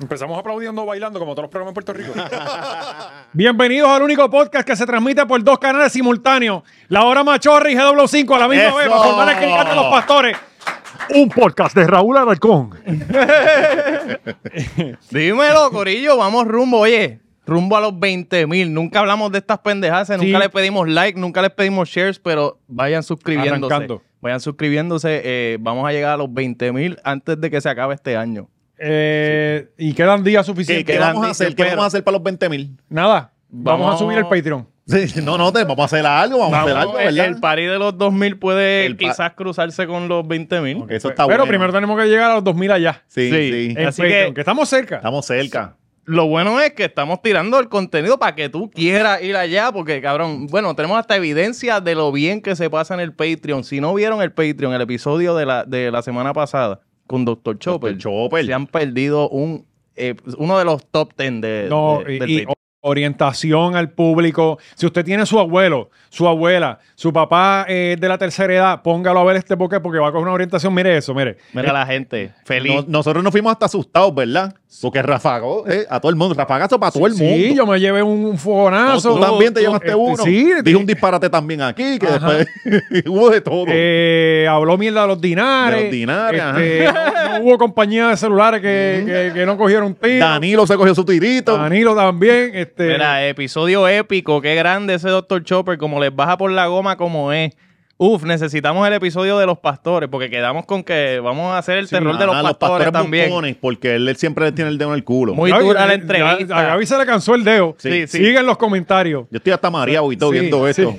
Empezamos aplaudiendo, bailando, como todos los programas en Puerto Rico. Bienvenidos al único podcast que se transmite por dos canales simultáneos. La hora machorra y GW5 a la misma ¡Eso! vez para formar el Crical de los pastores. Un podcast de Raúl Alarcón. Dímelo, Corillo, vamos rumbo, oye. Rumbo a los 20 mil. Nunca hablamos de estas pendejadas, nunca les pedimos like, nunca les pedimos shares, pero vayan suscribiéndose. Arrancando. Vayan suscribiéndose. eh, vamos a llegar a los 20 mil antes de que se acabe este año. Eh, Y quedan días ¿Qué, suficientes. qué vamos a hacer? dicen, ¿Qué pero- vamos a hacer para los 20 mil? Nada, vamos, Vamos- a subir el Patreon. no, no, te- vamos a hacer algo, vamos, a hacer algo, el, ¿verdad? el pari de los 2 mil puede El pa- quizás cruzarse con los 20 mil. Ok, eso está Pero bueno. primero eh, tenemos que llegar a los 2000 allá. Sí, Sí. sí. En Así Patreon, que, que- estamos cerca. Estamos cerca. Lo bueno es que estamos tirando el contenido para que tú quieras ir allá, porque cabrón, bueno, tenemos hasta evidencia de lo bien que se pasa en el Patreon. Si no vieron el Patreon, el episodio de la, de la semana pasada con Dr. Chopper, Chopper. se han perdido un eh, uno de los top 10 de, No, de- y- del y Patreon. orientación al público. Si usted tiene su abuelo, su abuela, su papá eh, de la tercera edad, póngalo a ver este podcast porque va a coger una orientación. Mire eso, mire. Mira la gente, feliz. No- nosotros nos fuimos hasta asustados, ¿verdad? Porque rafagó eh, a todo el mundo, rafagazo para todo el mundo. Sí, yo me llevé un No, fogonazo. tú también te Tú- llevaste este, uno. Sí, Dijo un disparate también aquí, que Ajá. después hubo de todo. eh, habló mierda de los dinares. De los dinares, Este, no, no hubo compañía de celulares que, que- que no cogieron tiro. Danilo se cogió su tirito. Danilo también. Este, Mira, episodio épico, qué grande ese Dr. Chopper, como les baja por la goma como es. Uf, necesitamos el episodio de los pastores, porque quedamos con que vamos a hacer el terror de los Ajá, pastores, también. bufones, porque él, él siempre le tiene el dedo en el culo. Muy ya- dura la ya- entrevista. A Gaby se le cansó el dedo. Sí, sí. Sigue en los comentarios. Yo estoy hasta mareado y todo Sí, viendo sí. esto.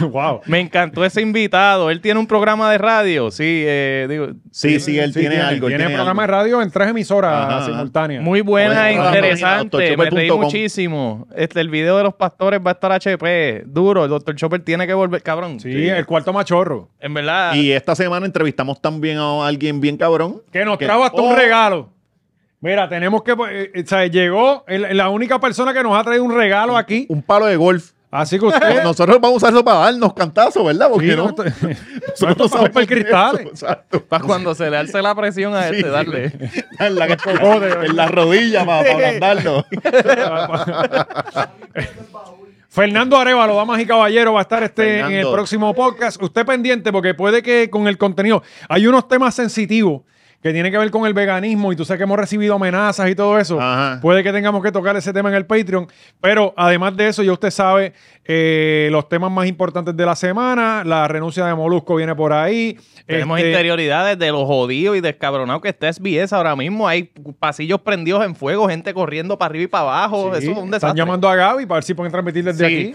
wow. Me encantó ese invitado. Él tiene un programa de radio. Sí, eh, digo. Sí, sí, él Sí, tiene, algo. él Tiene, programa algo. de radio en tres emisoras Ajá, ajá. simultáneas. Muy buena, Bueno, programa, interesante. imagina, Me reí drchopper.com. muchísimo. Este, el video de los pastores va a estar HP. Duro. El Dr. Chopper tiene que volver. Cabrón. sí, el cuarto machorro. En verdad. Y esta semana entrevistamos también a alguien bien cabrón. Ah. Que nos trajo hasta un Oh, regalo. Mira, tenemos que. eh, eh, o sea, llegó el- la única persona que nos ha traído un regalo aquí. Un palo de golf. Así que usted. Nosotros vamos a usarlo para darnos cantazos, ¿verdad? Porque ¿Eh? Sí, no. no, esto- nosotros esto es para sabemos romper cristales. eso, exacto. para cuando se le alce la presión a este, Sí, darle. En la, en la rodilla para, para mandarlo. Fernando Arevalo, damas y caballero, va a estar este Fernando. en el próximo podcast. Usted pendiente porque puede que con el contenido hay unos temas sensitivos que tienen que ver con el veganismo y tú sabes que hemos recibido amenazas y todo eso. Ajá. Puede que tengamos que tocar ese tema en el Patreon, pero además de eso ya usted sabe eh, los temas más importantes de la semana. La renuncia de Molusco viene por ahí. Tenemos Este, interioridades de lo jodido y descabronado que está SBS ahora mismo. Hay pasillos prendidos en fuego, gente corriendo para arriba y para abajo. sí, Eso es un desastre. están llamando a Gaby para ver si pueden transmitir desde aquí. Sí.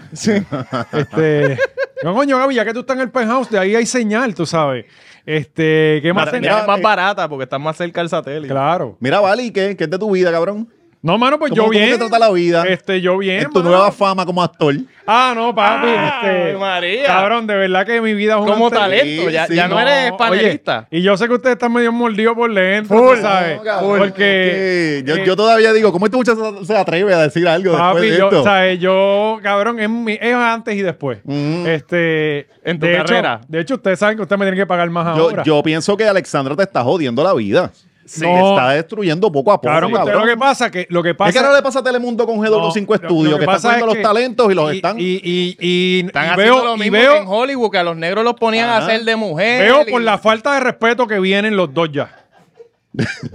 Este, no, coño, Gaby, ya que tú estás en el penthouse, de ahí hay señal, tú sabes. Este, ¿qué más Más, señal? más barata porque están más cerca del satélite. Claro. Mira, Vali, ¿qué, ¿qué es de tu vida, cabrón? No, mano, pues ¿Cómo- yo cómo bien. te trata la vida? Este, yo bien. Es tu mano. nueva fama como actor. Ah, no, papi. Ah, este, Ay, María. Cabrón, de verdad que mi vida es un Como antes- talento, ya, Sí, ya no, no, eres oye, panelista. y yo sé que ustedes están medio mordidos por dentro, tú ¿sabes? No, cabrón, Porque. es que yo, eh, yo todavía digo, ¿cómo este muchacho se- se atreve a decir algo después Papi, de yo, esto? ¿sabes? yo, cabrón, es, mi- es antes y después. Mm. Este, En tu de hecho- carrera. de hecho, ustedes saben que ustedes me tienen que pagar más yo, ahora. yo pienso que Alexandra te está jodiendo la vida. Se No. está destruyendo poco a poco. Cabrón, usted Pues cabrón. lo que pasa que lo que pasa es que ahora le pasa a Telemundo con GW5 No, Studio, lo que, están pasa poniendo es los que- talentos y los están. Y, y, y- y Están haciendo veo, lo y mismo veo- que en Hollywood, que a los negros los ponían a Ajá. hacer de mujer. veo y- por la falta de respeto que vienen los dos ya.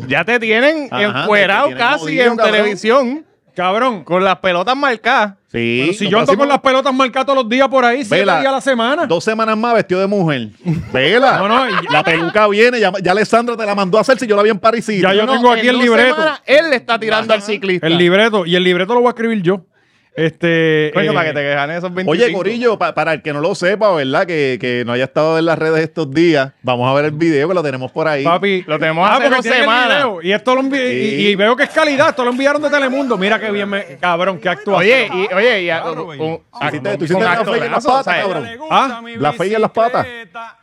Ya te tienen Ajá, encuerado te tienen casi jodido, en cabrón. televisión, Cabrón, con las pelotas marcadas. sí, pero si nos yo ando hacemos con las pelotas marcadas todos los días por ahí, siete Vela, días a la semana. Dos semanas más vestido de mujer. Vela. No, no, y- la peluca viene. Ya, ya Alexandra te la mandó a hacer si yo la vi en París. Ya yo No, tengo en aquí el dos libreto. semanas, él le está tirando al ciclista. El libreto. Y el libreto lo voy a escribir yo. Este. Coño, eh, para que te ganes esos 25. Oye, Corillo, pa- para el que no lo sepa, ¿verdad? Que, que no haya estado en las redes estos días, vamos a ver el video que lo tenemos por ahí. Papi, ah, Lo tenemos hace porque dos tiene el semanas. video, Y esto lo envi- y- Sí. y, veo que es calidad. Esto lo enviaron de Telemundo. Mira qué bien, me- cabrón, qué actuación. Oye, y, oye, y a- un- un- Tú hiciste- tú con hiciste la fe en las actorazo, patas, ¿sabes? cabrón. Ah, La fe en las patas.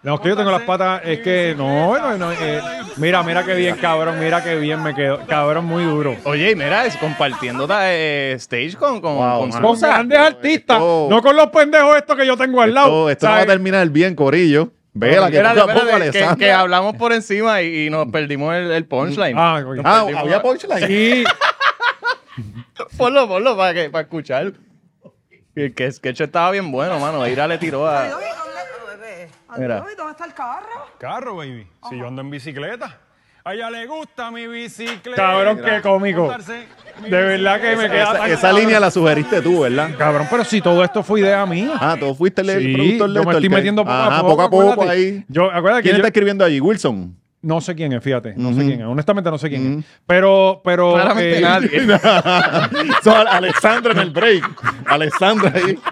No, es que yo tengo las patas, es que no, no, no, eh, mira, mira qué bien, cabrón, mira qué bien me quedo, cabrón, muy duro. Oye, y mira, es compartiendo ta- eh, stage con, con, Wow, con mano. Con Susan. grandes artistas, esto- no con los pendejos estos que yo tengo al Esto, lado. Oh, esto no va a ¿sabes? terminar bien, Corillo. Vela, que Espérate, poco a poco, espérate, que- Alessandra. que hablamos por encima y, y nos perdimos el, el punchline. Ah, coño. Nos Ah, perdimos- había punchline. Sí, Ponlo, ponlo para, que, para escuchar. Que, que el sketch estaba bien bueno, mano. Ira le tiró a. Adiós, ¿y dónde, bebé? Adiós, Mira. ¿y dónde está el carro? Carro, baby. Si yo ando en bicicleta. A ella le gusta mi bicicleta. cabrón, qué cómico. Montarse mi De verdad que me queda Esa, tan- esa línea la sugeriste tú, ¿verdad? Cabrón, pero si todo esto fue idea mía. Ah, tú fuiste el, el Sí, productor de yo esto, me el estoy que- metiendo poco Ajá, a poco. poco, acuérdate. ahí. Yo, acuérdate que ¿Quién yo- está escribiendo allí? Wilson. No sé quién es, fíjate. No sé quién es. Honestamente no sé quién es. Pero, pero. Claramente eh, nadie. So, Alessandra en el break. Alessandra ahí.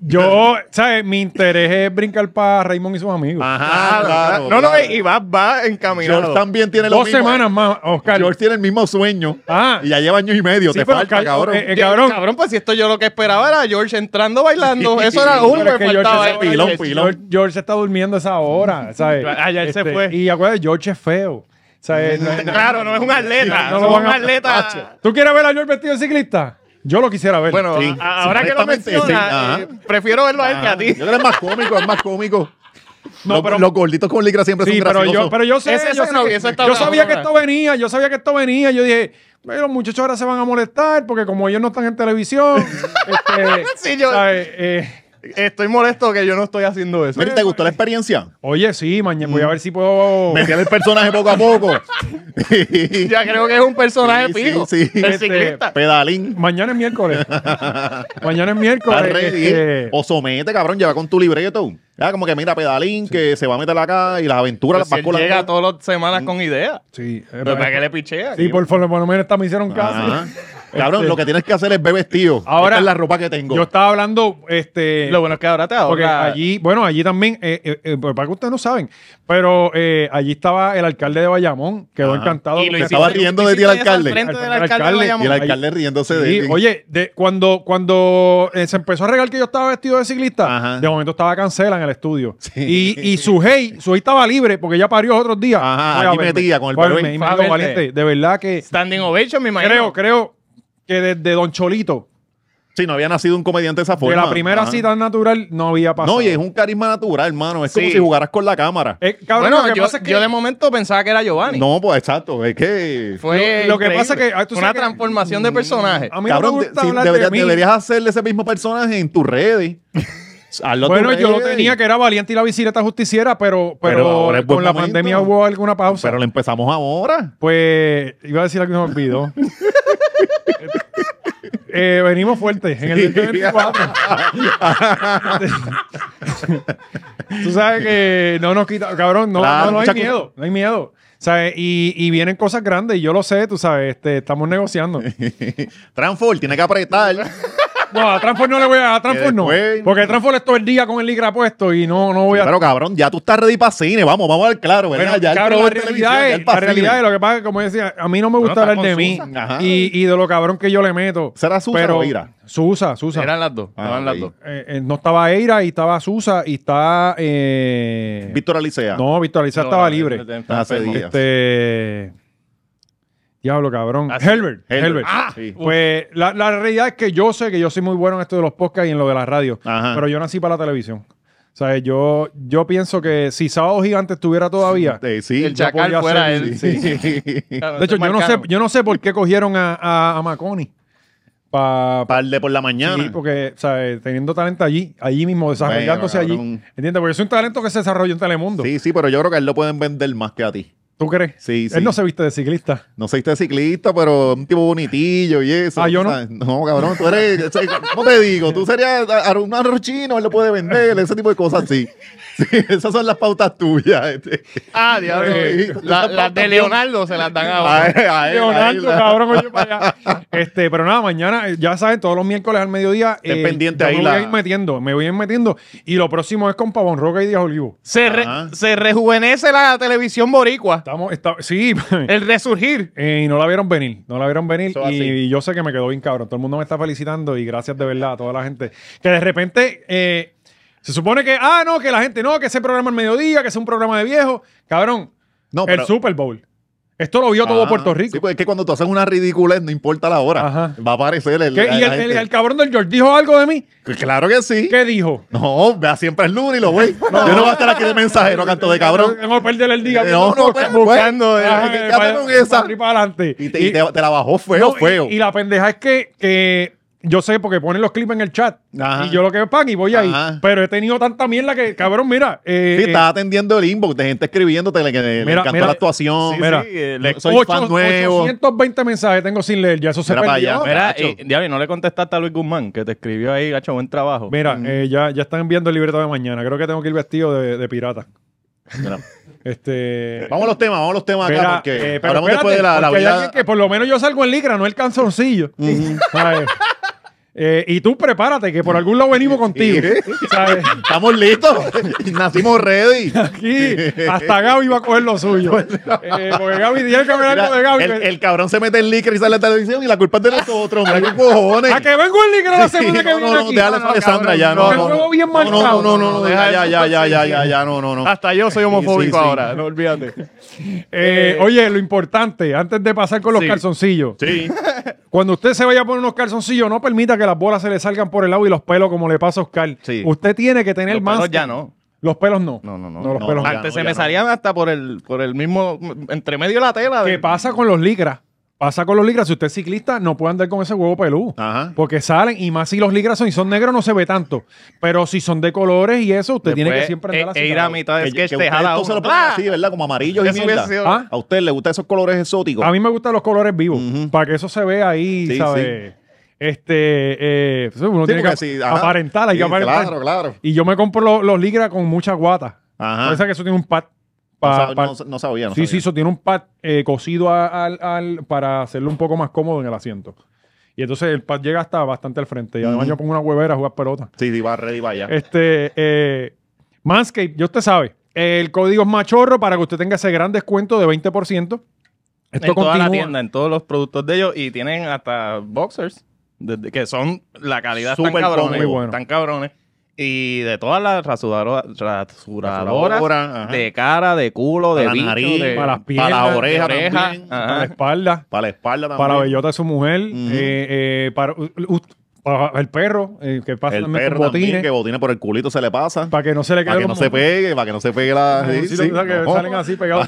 Yo, ¿sabes? Mi interés es brincar para Raymond y sus amigos. Ajá, claro, no, no, Ah, claro. y y va, va George encaminado. también tiene lo eh, Dos mismo. eh. eh. semanas más, Oscar. George tiene el mismo sueño. Ah. Y ya lleva año y medio. Sí, te pero falta, cal- cabrón. eh, eh, cabrón. pues si esto yo lo que esperaba era George entrando bailando. Eso era lo Pero único que es que faltaba. George, ese ahí. pilón, George- pilón. George- George está durmiendo a esa hora, ¿sabes? Este, Ah, ya él se fue. Y acuérdate, George es feo. ¿sabes? No- no- Claro, no es un atleta. No No, lo es van un a- atleta. ¿Tú quieres ver a George vestido de ciclista? Yo lo quisiera ver. Bueno, Sí, a- a- ahora que lo honestamente, sí, menciona, ajá. eh, prefiero verlo a él que a Yo ti. creo que es más cómico, es más cómico. No, los, pero- los gorditos con licra siempre sí, son pero graciosos. yo, pero yo sé, Ese- yo, ese sé no, que- ese está yo bravo, sabía que ¿verdad? esto venía, yo sabía que esto venía. Yo dije, "Ve, los muchachos ahora se van a molestar porque como ellos no están en televisión, este, Sí, yo- ¿sabes? Eh, Estoy molesto que yo no estoy haciendo eso. Mira, ¿te gustó la experiencia? oye, sí, mañana voy a ver si puedo... Metían el personaje poco a poco. Ya creo que es un personaje Sí, sí, fijo. sí. El Este, ciclista. Pedalín. Mañana es miércoles. mañana es Está miércoles. ready, este, eh. O somete, cabrón, lleva con tu libreto. Ya, como que mira, pedalín, que se va a meter acá y las aventuras Pero las si vas él colando. llega todas las semanas con ideas. sí, eh, Pero para pero- que le pichea. sí, por, por lo menos esta me hicieron caso. Ajá. Cabrón, Este- lo que tienes que hacer es ver vestido. Ahora- Esta es la ropa que tengo. Yo estaba hablando, este... Lo bueno es que ahora te Porque ahorra. allí, bueno, allí también, eh, eh, eh, para que ustedes no saben, pero eh, allí estaba el alcalde de Bayamón, quedó Ajá. encantado. con- hiciste estaba riendo de ti al hiciste eso al alcalde. frente del Al alcalde de alcalde. Bayamón. y el alcalde riéndose de Sí, él. oye, de, cuando, cuando eh, se empezó a regalar que yo estaba vestido de ciclista, Ajá. de momento estaba cancela en el estudio. Sí. Y, y su hey, su hey estaba libre porque ya parió otros días. Ajá, Fue a allí verme. metía con el Fue a pelo verme, en- y me dijo, Fue a verte. valiente, de verdad que Standing ovation, me imagino. creo, creo que desde Don Cholito, Si no había nacido un comediante de esa de forma. la primera Pues Ajá. cita natural, no había pasado. No, y es un carisma natural, hermano. Es como Sí. si jugaras con la cámara. Eh, cabrón, bueno, lo que yo, pasa es que- yo de momento pensaba que era Giovanni. No, pues exacto. Es que. Fue Lo- lo que increíble. pasa que- ah, tú una sabes que- mm, ah, transformación de personaje. a mí Cabrón, no me de- gusta sí, hablar deberías, de mí. deberías hacerle ese mismo personaje en tus redes. Hazlo a tus Bueno, yo lo redes. tenía que era valiente y la bicicleta justiciera, pero, pero, Pero ahora es buen con la momento. pandemia hubo alguna pausa. Pero lo empezamos ahora. Pues iba a decir algo que me olvidó. Eh, venimos fuertes en el 2024. Tú sabes que no nos quita, cabrón, no, Claro, no, no hay mucha cosa. miedo, no hay miedo. ¿Sabes? Y, y vienen cosas grandes, y yo lo sé, tú sabes, este, estamos negociando. Transform, tiene que apretar. No, a Transform no le voy a, a Transform no. después- Porque Transform es todo el día con el ligra puesto y no, no voy a Pero cabrón, ya tú estás ready para cine. Vamos, vamos al claro, ¿verdad? Bueno, Pues ya el cabrón, la programa de televisión, realidad, ya es, el pa' la realidad cine. es lo que pasa, es que, como decía, a mí no me gusta Bueno, hablar de está mí con Susan. Ajá. y, y de lo cabrón que yo le meto. ¿Será Susan pero, o Ira? Susa, Susa. Eran las dos. Ah, estaban las ok. dos. Eh, eh, no estaba Eira y estaba Susa y está... Eh... Víctor Alicea. No, Víctor Alicia estaba libre. Hace días. Este... Diablo, cabrón. Así- Herbert. Herbert. Herbert. Sí. Pues la, la realidad es que yo sé que yo soy muy bueno en esto de los podcasts y en lo de las radios, Ajá. pero yo nací para la televisión. O sea, yo, yo pienso que si Sábado Gigante estuviera todavía, Eh, sí, El yo chacal podía fuera hacer- él. Sí. Claro, De hecho, estoy yo no, sé, marcado. yo no sé por qué cogieron a, a, a Maconi. Pa, pa- Par de por la mañana. sí, porque, ¿sabes? Teniendo talento allí, allí mismo, desarrollándose Bueno, allí. cabrón. ¿Entiendes? Porque es un talento que se desarrolló en Telemundo. Sí, sí, pero yo creo que a él lo pueden vender más que a ti. ¿Tú crees? Sí, sí. Él no se viste de ciclista. No sé si tú eres ciclista, pero un tipo bonitillo y eso. Ah, yo no. ¿sabes? No, cabrón, tú eres. o sea, ¿Cómo te digo? Tú serías a- a un arrochino, él lo puede vender, ese tipo de cosas, sí. Sí, esas son las pautas tuyas. este. Ah, diablo. Eh, La- Las de Leonardo se las dan A ahora. él, a él, a él, Ah, Leonardo, a- cabrón, oye, para allá. Este, pero nada, mañana, eh, ya saben, todos los miércoles al mediodía. eh, Estén pendiente yo ahí Me la- voy a ir metiendo, me voy a ir metiendo. Y lo próximo es con Pavón Roca y Díaz Olivo. Se, re- Ajá. se rejuvenece la televisión boricua. Estamos, está- sí. El resurgir. Eh, y no la vieron venir, no la vieron venir. Eso es y, así. yo sé que me quedó bien cabrón. Todo el mundo me está felicitando y gracias de verdad a toda la gente. Que de repente eh, se supone que, ah, no, que la gente no, que ese programa al mediodía, que es un programa de viejos. Cabrón, No, el pero- Super Bowl. Esto lo vio todo Ah, Puerto Rico. Sí, pues es que cuando tú haces una ridiculez, no importa la hora. Ajá. Va a aparecer el. ¿Qué? la ¿Y el, gente. el- el cabrón del George dijo algo de mí? Claro que sí. ¿Qué dijo? No, vea siempre el lunes, lo güey. Yo no voy a estar aquí de mensajero, canto de cabrón. Tengo que perder el día. Eh, no, no, pues, buscando. pues, ajá, eh, eh, quédate para- con esa. para arriba y para adelante. Y te, y te- te la bajó feo, No, y- feo. Y, la pendeja es que, que yo sé, porque ponen los clips en el chat. Ajá. Y yo lo que pan y voy ahí. Ajá. Pero he tenido tanta mierda que, cabrón, mira. eh, sí, eh, estás atendiendo el inbox de gente escribiéndote le- que le, Mira, encantó mira. la actuación. Sí, mira. eh, Le- le- soy ocho- fan nuevo. 820 mensajes tengo sin leer, ya eso se Mira para perdió. allá. Mira, Gacho. y, diablo, y no le contestaste a Luis Guzmán, que te escribió ahí, gacho, buen trabajo. Mira, eh, ya, ya están enviando el libreto de mañana. Creo que tengo que ir vestido de, de pirata. Mira. Este. Vamos a los temas, vamos a los temas acá, Mira, porque eh, pero hablamos espérate, después de la, la porque hay vida. alguien que por lo menos yo salgo en licra, no el canzoncillo. ¿Sabes? Eh, y tú prepárate, que por algún lado venimos contigo. ¿Sabes? Estamos listos. Nacimos ready. Aquí, hasta Gaby va a coger lo suyo. Eh, porque Gaby tiene que hablar algo de Mira, Gaby. el, el cabrón se mete en licra y sale a la televisión y la culpa es de nosotros. Mira, qué cojones. Ah, a que vengo en licra la semana que no, viene no, no, aquí. déjale eso a Alessandra ya. No, Me no, juego no, bien no, no, marcado. no, no, no, deja ya, ya, ya, ya, ya, ya, no, no, no. Ah, Hasta yo soy homofóbico sí. ahora, no olvídate. Eh, oye, lo importante, antes de pasar con los Sí. calzoncillos, Sí. cuando usted se vaya a poner unos calzoncillos, no permita que las bolas se le salgan por el lado y los pelos como le pasa a Oscar. Sí. Usted tiene que tener Los más. pelos ya no. Los pelos no. No, no, no. los No, pelos ya no. Antes se ya me no. salían hasta por el, por el mismo, entre medio de la tela. ¿Qué de- pasa con los ligras? Pasa con los ligras. Si usted es ciclista, no puede andar con ese huevo pelú. Ajá. Porque salen, y más si los ligras son, y son negros, no se ve tanto. Pero si son de colores y eso, usted tiene que Después, siempre andar así. e- e ir a carajo. mitad de Que- sketch, este que te ustedes jala todos se lo uno. ponen ¡Bla! así, ¿verdad? Como amarillos y Eso hubiese mierda. sido- ¿Ah? A usted le gustan esos colores exóticos. A mí me gustan los colores vivos, para que eso se vea ahí, Sí, ¿sabes? Este, eh, uno Sí, tiene que porque sí, ajá. aparentar, hay que Sí, aparentar. Claro, claro. Y yo me compro los, los ligras con mucha guata. Ajá. Parece que eso tiene un pad. No pa- sab- pa- no sa- no sabía, no sí, sí, sabía. eso tiene un pad eh, cosido a- al, al- para hacerlo un poco más cómodo en el asiento. Y entonces el pad llega hasta bastante al frente. Y además Ujú. yo pongo una huevera a jugar pelota. Sí, sí, va ready, vaya. Este, eh, Manscape, yo usted sabe. El código es machorro para que usted tenga ese gran descuento de 20%. Esto en toda la continúa. tienda, en todos los productos de ellos y tienen hasta boxers desde- que son la calidad tan Súper cabrones, cómodo. Muy bueno. tan cabrones y de todas las rasuradoras, rasuradoras Rasuradora, ajá. de cara, de culo, de Para la bicho, nariz, de- para las piernas, para la de oreja, oreja, también, ajá. Para la espalda, Para la espalda también. para Ah. la bellota de su mujer, Ah, Ujú. eh, eh, para, u- u- para el perro, eh, que pasa El también perro con también, botines, que botines por el culito se le pasa. para que no se le Para quede que no los se pegue, para que no se pegue la... sí, mojoncitos, sí, o sea, que no. salen así pegados.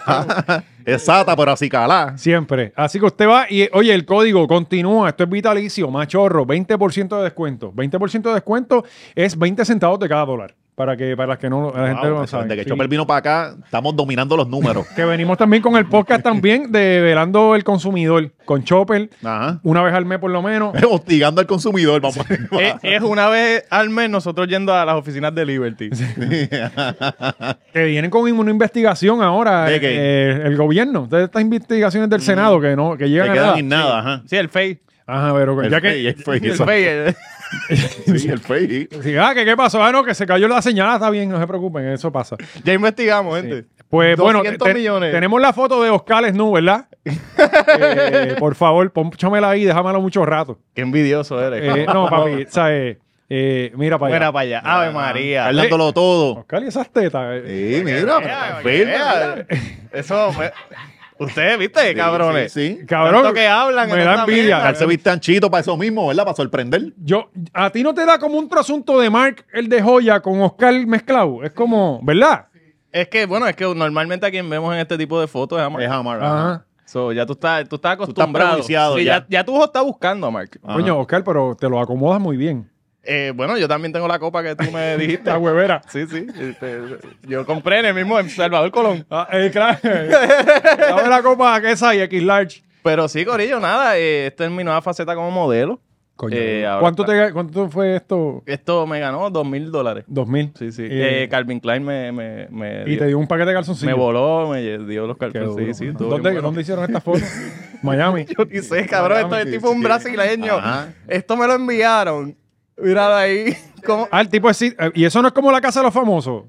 Es sata, pero así calá. Siempre. Así que usted va y, oye, el código continúa. Esto es vitalicio, machorro. 20% de descuento. 20% de descuento es 20 centavos de cada dólar. Para que para las que no, la gente Wow, no sabe. desde que Sí. Chopper vino para acá, estamos dominando los números. Que venimos también con el podcast también de Velando el Consumidor con Chopper. Ajá. Una vez al mes por lo menos. Hostigando al consumidor, vamos. Eh, Es, es una vez al mes nosotros yendo a las oficinas de Liberty. Que vienen con una investigación ahora. ¿De qué? eh, el gobierno. De estas investigaciones del Senado que no, que Te llegan a quedan nada. sin nada, ajá. Sí, el fake. Ajá, pero El Pues ya fey, que. el fey, El eh, eso. fake. el- Sí, el fey. Sí, ah, que qué pasó. Ah, no, que se cayó la señal. Ah, Está bien, no se preocupen, eso pasa. ya investigamos, gente. Pues bueno, 200 te- millones. tenemos la foto de Oscar Snu, ¿verdad? Eh, por favor, pónchamela ahí, déjamela mucho rato. Qué envidioso eres. Eh, no, papi, ¿sabes? Eh, mira para Mira allá. para allá. Ave María. Eh, Hablándolo todo. Oscar y esas tetas. eh. Sí, mira, Vea, pero está vea. eh, Eso. me- Ustedes, ¿viste, enferma. cabrones? Sí, sí. Cabrón, Tanto que hablan me en da esta envidia. mierda. Él se viste anchito para eso mismo, ¿verdad? Para sorprender. Yo, a ti no te da como un trasunto de Mark, el de joya, con Oscar mezclado. Es como, ¿verdad? Es que, bueno, es que normalmente a quien vemos en este tipo de fotos es a Mark. Es Hammer. Ajá. So, ya tú estás, tú estás estás acostumbrado. prejuiciado Sí, ya. ya. ya tú estás buscando a Mark. Ajá. Coño, Oscar, pero te lo acomodas muy bien. Eh, bueno, yo también tengo la copa que tú me dijiste. La huevera. sí, sí. Este, yo compré en el mismo en Salvador Colón. Ah, eh, claro. Dame la copa que esa y X large. Pero sí, Corillo, nada. Eh, esta es mi nueva faceta como modelo. Coño. Eh, ahora ¿Cuánto, está- te, ¿Cuánto fue esto? Esto me ganó dos mil dólares. Dos mil. Sí, sí. Eh, Eh, Calvin Klein me, me, me y dio- te dio un paquete de calzoncillos. me voló, me dio los Qué calzones. duro, Sí, sí, mano. estuvo ¿Dónde, bien bueno. dónde Ah, hicieron esta foto? Miami. Yo ni sé, cabrón, esto es tipo un brasileño. Ajá. Esto me lo enviaron. Mira ahí. ¿Cómo? Ah, el tipo es... sí, eh, Y eso no es como la casa de los famosos.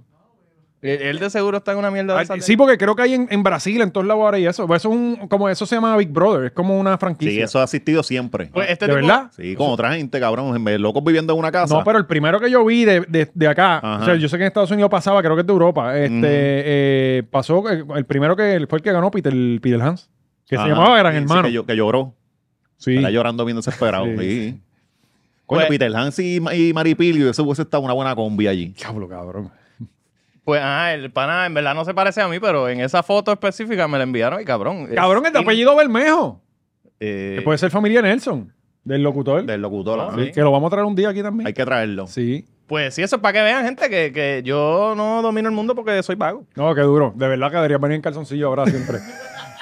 Él E-, él de seguro está en una mierda de Ah, esas de- Sí, porque creo que hay en, en Brasil, en todos lados ahora y eso. Pues Eso, es un, como, eso se llama Big Brother. Es como una franquicia. Sí, eso ha asistido siempre. Pues este ¿De tipo- verdad? Sí, con otra gente, cabrón. en vez de Locos viviendo en una casa. No, pero el primero que yo vi de, de- de acá, Ajá. o sea, yo sé que en Estados Unidos pasaba, creo que es de Europa, este, Ujú. eh, pasó, eh, el primero que fue el que ganó Peter, Peter Hans. que se Ajá. llamaba Gran Sí, sí, Hermano. que, yo- que lloró. Sí. Está llorando bien desesperado. Sí. Sí. Coño, Pues- Peter Hans y, y Maripilio, eso hubiese estado una buena combi allí. Diablo, cabrón. Pues, ah, el pana en verdad no se parece a mí, pero en esa foto específica me la enviaron y cabrón. es Cabrón, el de in- apellido Bermejo. eh, Que puede ser familia de Nelson, del locutor. Del locutor. Ah, ajá. Sí, Que lo vamos a traer un día aquí también. Hay que traerlo. Sí. pues sí, eso es para que vean, gente, que, que yo no domino el mundo porque soy vago. No, qué duro. De verdad que deberías venir en calzoncillo ahora siempre.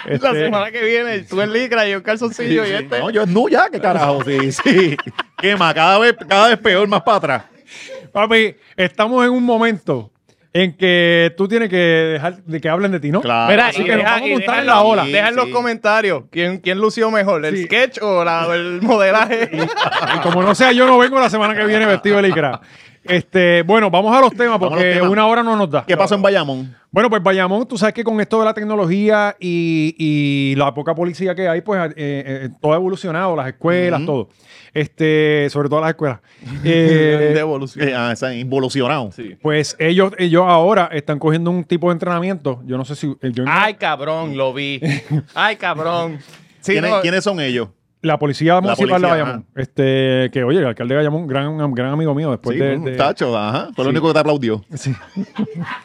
Este, La semana que viene, tú en licra, yo en calzoncillo y este. No, yo no ya, qué carajo, sí, sí. Quema, cada vez, cada vez peor, más para atrás. Papi, estamos en un momento en que tú tienes que dejar de que hablen de ti, ¿no? Claro. Mira, Así y que nos deja, vamos a y montar en déjalo- la ola. Deja en los Sí, sí. comentarios quién, quién lució mejor, el Sí. sketch o la- el modelaje. Y como no sea, yo no vengo la semana que viene vestido de licra. Este, bueno, vamos a los temas Vamos a los porque temas. una hora no nos da. ¿Qué pasó en Bayamón? Bueno, pues Bayamón, tú sabes que con esto de la tecnología y, y la poca policía que hay, pues eh, eh, todo ha evolucionado, las escuelas, todo. Este, sobre todo las escuelas. Eh, evolución. Eh, ah, esa, involucionado. pues ellos, ellos ahora están cogiendo un tipo de entrenamiento. Yo no sé si eh, yo- Ay, cabrón, lo vi. Ay, cabrón. Sí, ¿Quiénes, no, quiénes son ellos? la policía municipal de policía, Bayamón. Este, que oye, el alcalde de Bayamón, gran, gran amigo mío, después Sí, pues de, un de- tacho, ajá. Fue lo único que te aplaudió.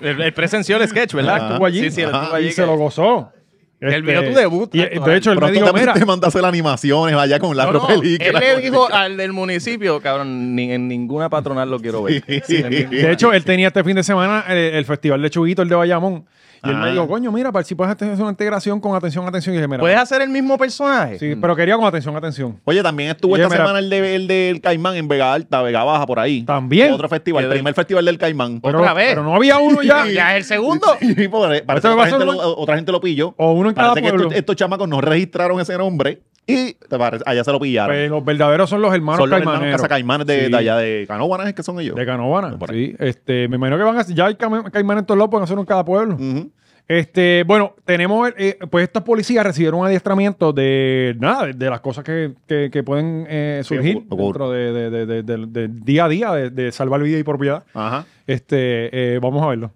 Él, él presenció el sketch, ¿verdad? Ah, estuvo allí. Sí, sí, él estuvo Ajá, allí. y se lo gozó. Este, Él vio tu debut, y, Tato, de hecho, él Pero me tú dijo, también mira, te mandaste las animaciones allá con la No, no, ropa él película. le dijo al del municipio, cabrón, ni, en ninguna patronal lo quiero ver. Sí, en ninguna. De hecho, él tenía este fin de semana eh, el, festival de Chuguito, el de Bayamón. Y él Ah. me dijo, coño, mira, para si puedes hacer una integración con atención, atención. Y dije, mira. ¿Puedes hacer el mismo personaje? Sí, pero quería con atención, atención. Oye, también estuvo Oye, esta mira. semana el, de, el del Caimán en Vega Alta, Vega Baja, por ahí. También. Otro festival, el Del- primer festival del Caimán. Pero, Otra vez. Pero no había uno ya. Ya, ya es el segundo. Sí, pobre, Esto parece que va a otra gente, ser lo, otra gente lo pilló. O uno en cada Parece que pueblo. estos, estos chamacos no registraron ese nombre y te parece- allá se lo pillaron. Pues los verdaderos son los hermanos son los hermanos caimaneros. Casa Caimanes de, Sí, de allá de Canóvanas, es que son ellos. de Canovana. Por Sí, este, me imagino que van a ya hay cam- caimanes en todos lados, pueden hacer uno en cada pueblo. Ujú. Este, bueno, tenemos, eh, pues estos policías recibieron un adiestramiento de nada, de, de las cosas que, que- que pueden eh, surgir ocurre. dentro de, de- de- de- del- del día a día, de, de salvar vida y propiedad. Ajá. Este, eh, vamos a verlo.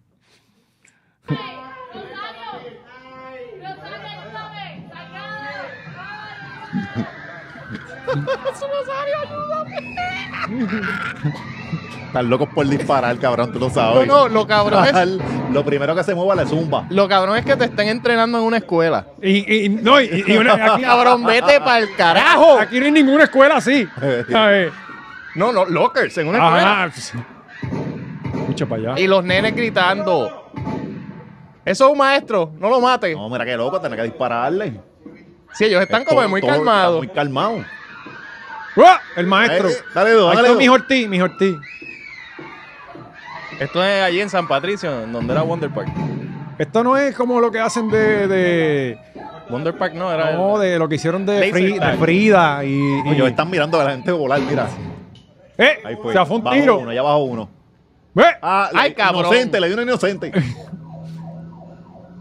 Están locos por disparar, cabrón, tú lo sabes. No, no, lo cabrón es- Lo primero que se mueva le zumba. Lo cabrón es que te estén entrenando en una escuela. Y, y- no, y, y una- aquí, ah, Cabrón, vete para el carajo. aquí no hay ninguna escuela así. ¿sabes? No, no, lockers en una escuela. Ajá. Escucha para allá. Y los nenes gritando. Eso es un maestro, no lo mates. No, mira qué loco, tener que dispararle. Si ellos están como Todo- muy todo- calmados. Muy calmados. ¡Uah! El maestro. Eh, dale dos, Ahí dale está dos. mi Ortiz, mi Ortiz. Esto es allí en San Patricio, en donde era Wonder Park. Esto no es como lo que hacen de- de Wonder Park no era. No, de lo que hicieron de, Laser Fri- tag. de Frida y. y- Ellos están mirando a la gente volar, mira. ¡Eh! Ahí fue. Se afó un Bajó tiro. Uno, ya bajó uno. ¡Eh! Ah, le- Ay, cabrón. Inocente, le dio un inocente.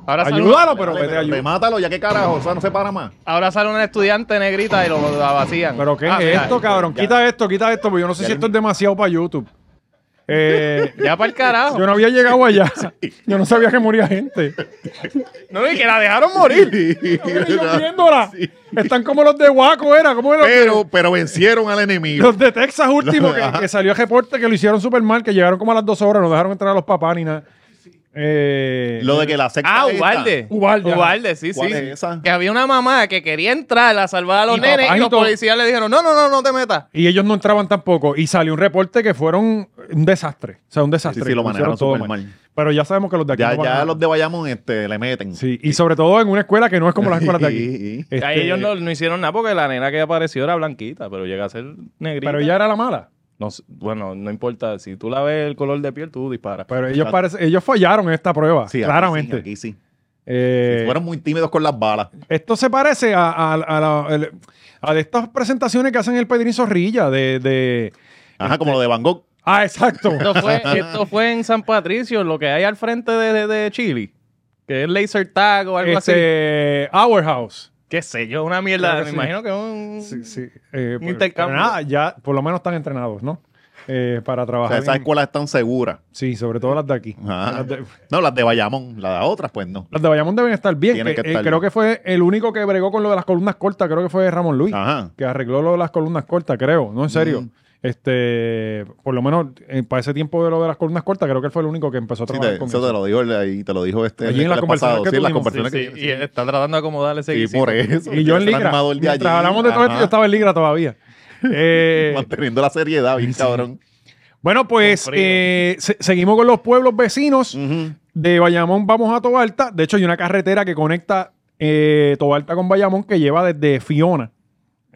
Ahora sale, Ayúdalo, pero vete a ayudar. Remátalo, ya qué carajo, o sea, no se para más. ahora sale una estudiante negrita y lo, lo vacían. ¿Pero qué Ah, es mira, esto, cabrón? ya. Quita esto, quita esto, porque yo no sé si esto es demasiado para YouTube. Eh, Ya para el carajo. yo no había llegado allá. Yo no sabía que moría gente. No, y que la dejaron morir. Mira, yo viéndola. Están como los de Waco, era. Como los, Pero, pero vencieron al enemigo. los de Texas último, que, Ajá. que salió a reporte que lo hicieron súper mal, que llegaron como a las dos horas, no dejaron entrar a los papás ni nada. Eh, Lo de que la secta. Ah, esta- Ubalde. Ubalde, ajá. Ubalde, sí, sí. ¿Cuál es esa? Que había una mamá que quería entrar a salvar a los Y nenes papá y y los todo. policías le dijeron, no, no, no, no te metas. Y ellos no entraban tampoco. Y salió un reporte que fueron un desastre. O sea, un desastre. Sí, sí, lo hicieron manejaron todo súper mal. Pero ya sabemos que los de aquí Ya, no van ya a- los de Bayamón este, le meten. Sí, y sobre todo en una escuela que no es como las escuelas de aquí. Sí. Este, Ahí ellos no, no hicieron nada porque la nena que apareció era blanquita, pero llega a ser negrita. Pero ella era la mala. No sé, bueno, no importa. Si tú la ves el color de piel, tú disparas. Pero ellos, parece, ellos fallaron en esta prueba, Sí, aquí claramente. sí, aquí sí. Eh, Fueron muy tímidos con las balas. Esto se parece a, a- a la- el- a de estas presentaciones que hacen el Pedrín Zorrilla de... de- Ajá, como lo de Van Gogh. Ah, exacto. Esto fue, esto fue en San Patricio, lo que hay al frente de, de, de Chile, que es laser tag o algo así. este, Our House. Qué sé yo, una mierda. Creo Me que sí. imagino que es un... Sí, sí. Eh, pero- intercambio. pero nada, ya por lo menos están entrenados, ¿no? eh, para O sea, trabajar. esas en- escuelas están seguras. Sí, sobre todo las de aquí. Ajá. Las de, No, las de Bayamón, las de otras, pues no. las de Bayamón deben estar bien. Tienen que, que eh, estar creo bien. que fue el único que bregó con lo de las columnas cortas, creo que fue Ramón Luis, Ajá. que arregló lo de las columnas cortas, creo, no en serio. Mm. Este, por lo menos eh, para ese tiempo de lo de las columnas cortas, creo que él fue el único que empezó a Sí, trabajar te, con eso te lo dijo él ahí, te lo dijo este. Allí en la el conversación pasado, que sí, en las tuvimos, conversaciones Sí, que y él está tratando de acomodar ese Sí, guisito. por eso. Y yo en el Ligra. animador de allí. Mientras hablamos de todo esto, Ajá. yo estaba en Ligra todavía. Eh, Manteniendo la seriedad, bien cabrón. bueno, pues Con frío. eh, se- seguimos con los pueblos vecinos. Ujú. De Bayamón vamos a Tobalta. De hecho, hay una carretera que conecta eh, Tobalta con Bayamón que lleva desde Fiona.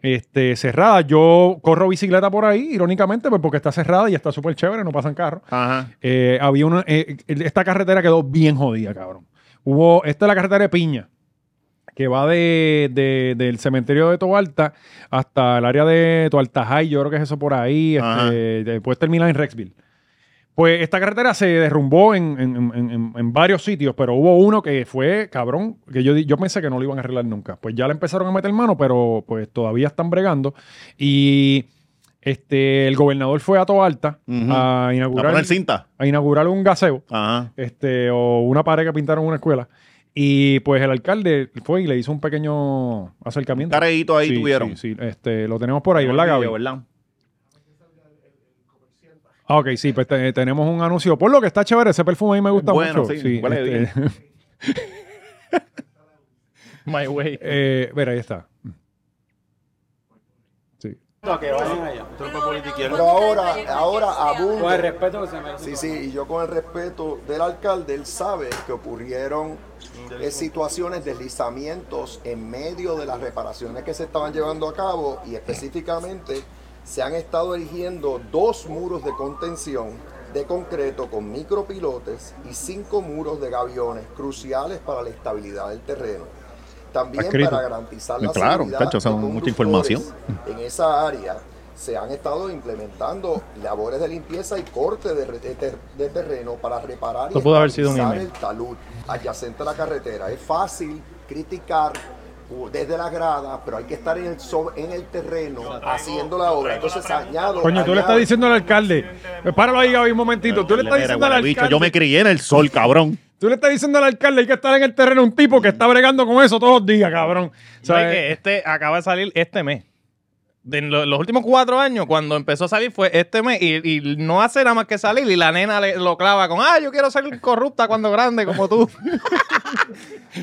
Este, cerrada. Yo corro bicicleta por ahí, irónicamente, pues porque está cerrada y está súper chévere, no pasan carros. Ajá. Eh, había una. eh, esta carretera quedó bien jodida, cabrón. Hubo. Esta es la carretera de Piña, que va de, de- del cementerio de Tobalta hasta el área de Toalta High, yo creo que es eso por ahí. Ajá. Este, después termina en Rexville. Pues esta carretera se derrumbó en, en- en- en- en varios sitios, pero hubo uno que fue, cabrón, que yo, di- yo pensé que no lo iban a arreglar nunca. Pues ya le empezaron a meter mano, pero pues todavía están bregando. Y este, el gobernador fue a Toalta Ujú. a A inaugurar poner cinta. a inaugurar un gaseo Ajá. este, o una pared que pintaron en una escuela. Y pues el alcalde fue y le hizo un pequeño Un acercamiento. careíto ahí Sí, tuvieron. sí, sí. Este, lo tenemos por ahí, ¿verdad, Gaby? ¿verdad? Ah, ok, sí, pues te- tenemos un anuncio. Por lo que está chévere, ese perfume a mí me gusta Bueno, mucho. sí, huele este, My way. eh, mira, ahí está. Sí. Pero ahora, ahora abundo. Con el respeto que se merece. Sí, sí, y yo con el respeto del alcalde, él sabe que ocurrieron eh, situaciones, deslizamientos en medio de las reparaciones que se estaban llevando a cabo y específicamente se han estado erigiendo dos muros de contención de concreto con micropilotes y cinco muros de gaviones cruciales para la estabilidad del terreno. También Escrito. para garantizar la Claro, seguridad cacho, o sea, de mucha conductores información. en esa área se han estado implementando labores de limpieza y corte de, re- de ter- de terreno para reparar y Esto pudo haber sido un estabilizar email. el talud adyacente a la carretera. Es fácil criticar u- desde la grada, pero hay que estar en el, so- en el terreno haciendo la obra. Entonces añado... Coño, tú le estás añado- diciendo al alcalde. Eh, Páralo ahí, Gaby, un momentito. Tú le estás diciendo al alcalde. yo me crié en el sol, cabrón. Tú le estás diciendo al alcalde hay que estar en el terreno un tipo que está bregando con eso todos los días, cabrón. O sea, ¿Sabes que Este acaba de salir este mes. De lo- los últimos cuatro años, cuando empezó a salir, fue este mes. Y, y no hace nada más que salir. Y la nena le- lo clava con, ah, yo quiero ser corrupta cuando grande, como tú.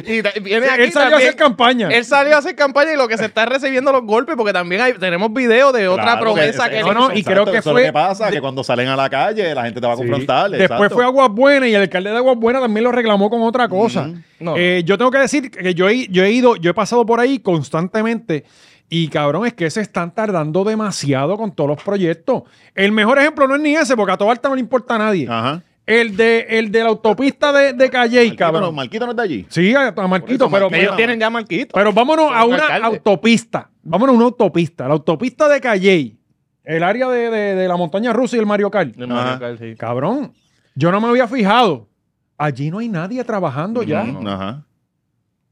y ta- viene Sí, aquí él salió a también. hacer campaña. Él salió a hacer campaña y lo que se está recibiendo los golpes, porque también hay, tenemos videos de otra Claro, promesa que, es- no, le no, hizo. y creo que eso es fue- lo que pasa, que cuando salen a la calle la gente te va a confrontar. Después exacto. fue Aguas Buenas y el alcalde de Aguas Buenas también lo reclamó con otra cosa. No. Eh, yo tengo que decir que yo he, yo he ido, yo he pasado por ahí constantemente y cabrón, es que se están tardando demasiado con todos los proyectos. El mejor ejemplo no es ni ese, porque a Tobalta no le importa a nadie. Ajá. El de, el de la autopista de, de Calley, Ah. Marquito, no, cabrón. Marquito no está allí. Sí, a, a Marquito, pero, Por eso, Marquito. pero, Ellos tienen ya marquito. pero vámonos a Son una alcaldes. autopista. Vámonos a una autopista. La autopista de Calley, el área de, de- de la montaña rusa y el Mario Kart. De Mario Ajá. Kart, sí. Cabrón, yo no me había fijado. Allí no hay nadie trabajando ya. Mm, Ajá.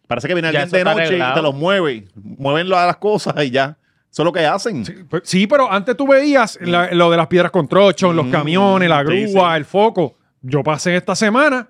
Parece que viene Ya alguien eso de está noche y arreglado. te los mueve. Mueven a las cosas y ya. Eso es lo que hacen. Sí, pues, sí, pero antes tú veías la- lo de las piedras con trochos, los Mm, camiones, la sí, grúa, sí. el foco. Yo pasé esta semana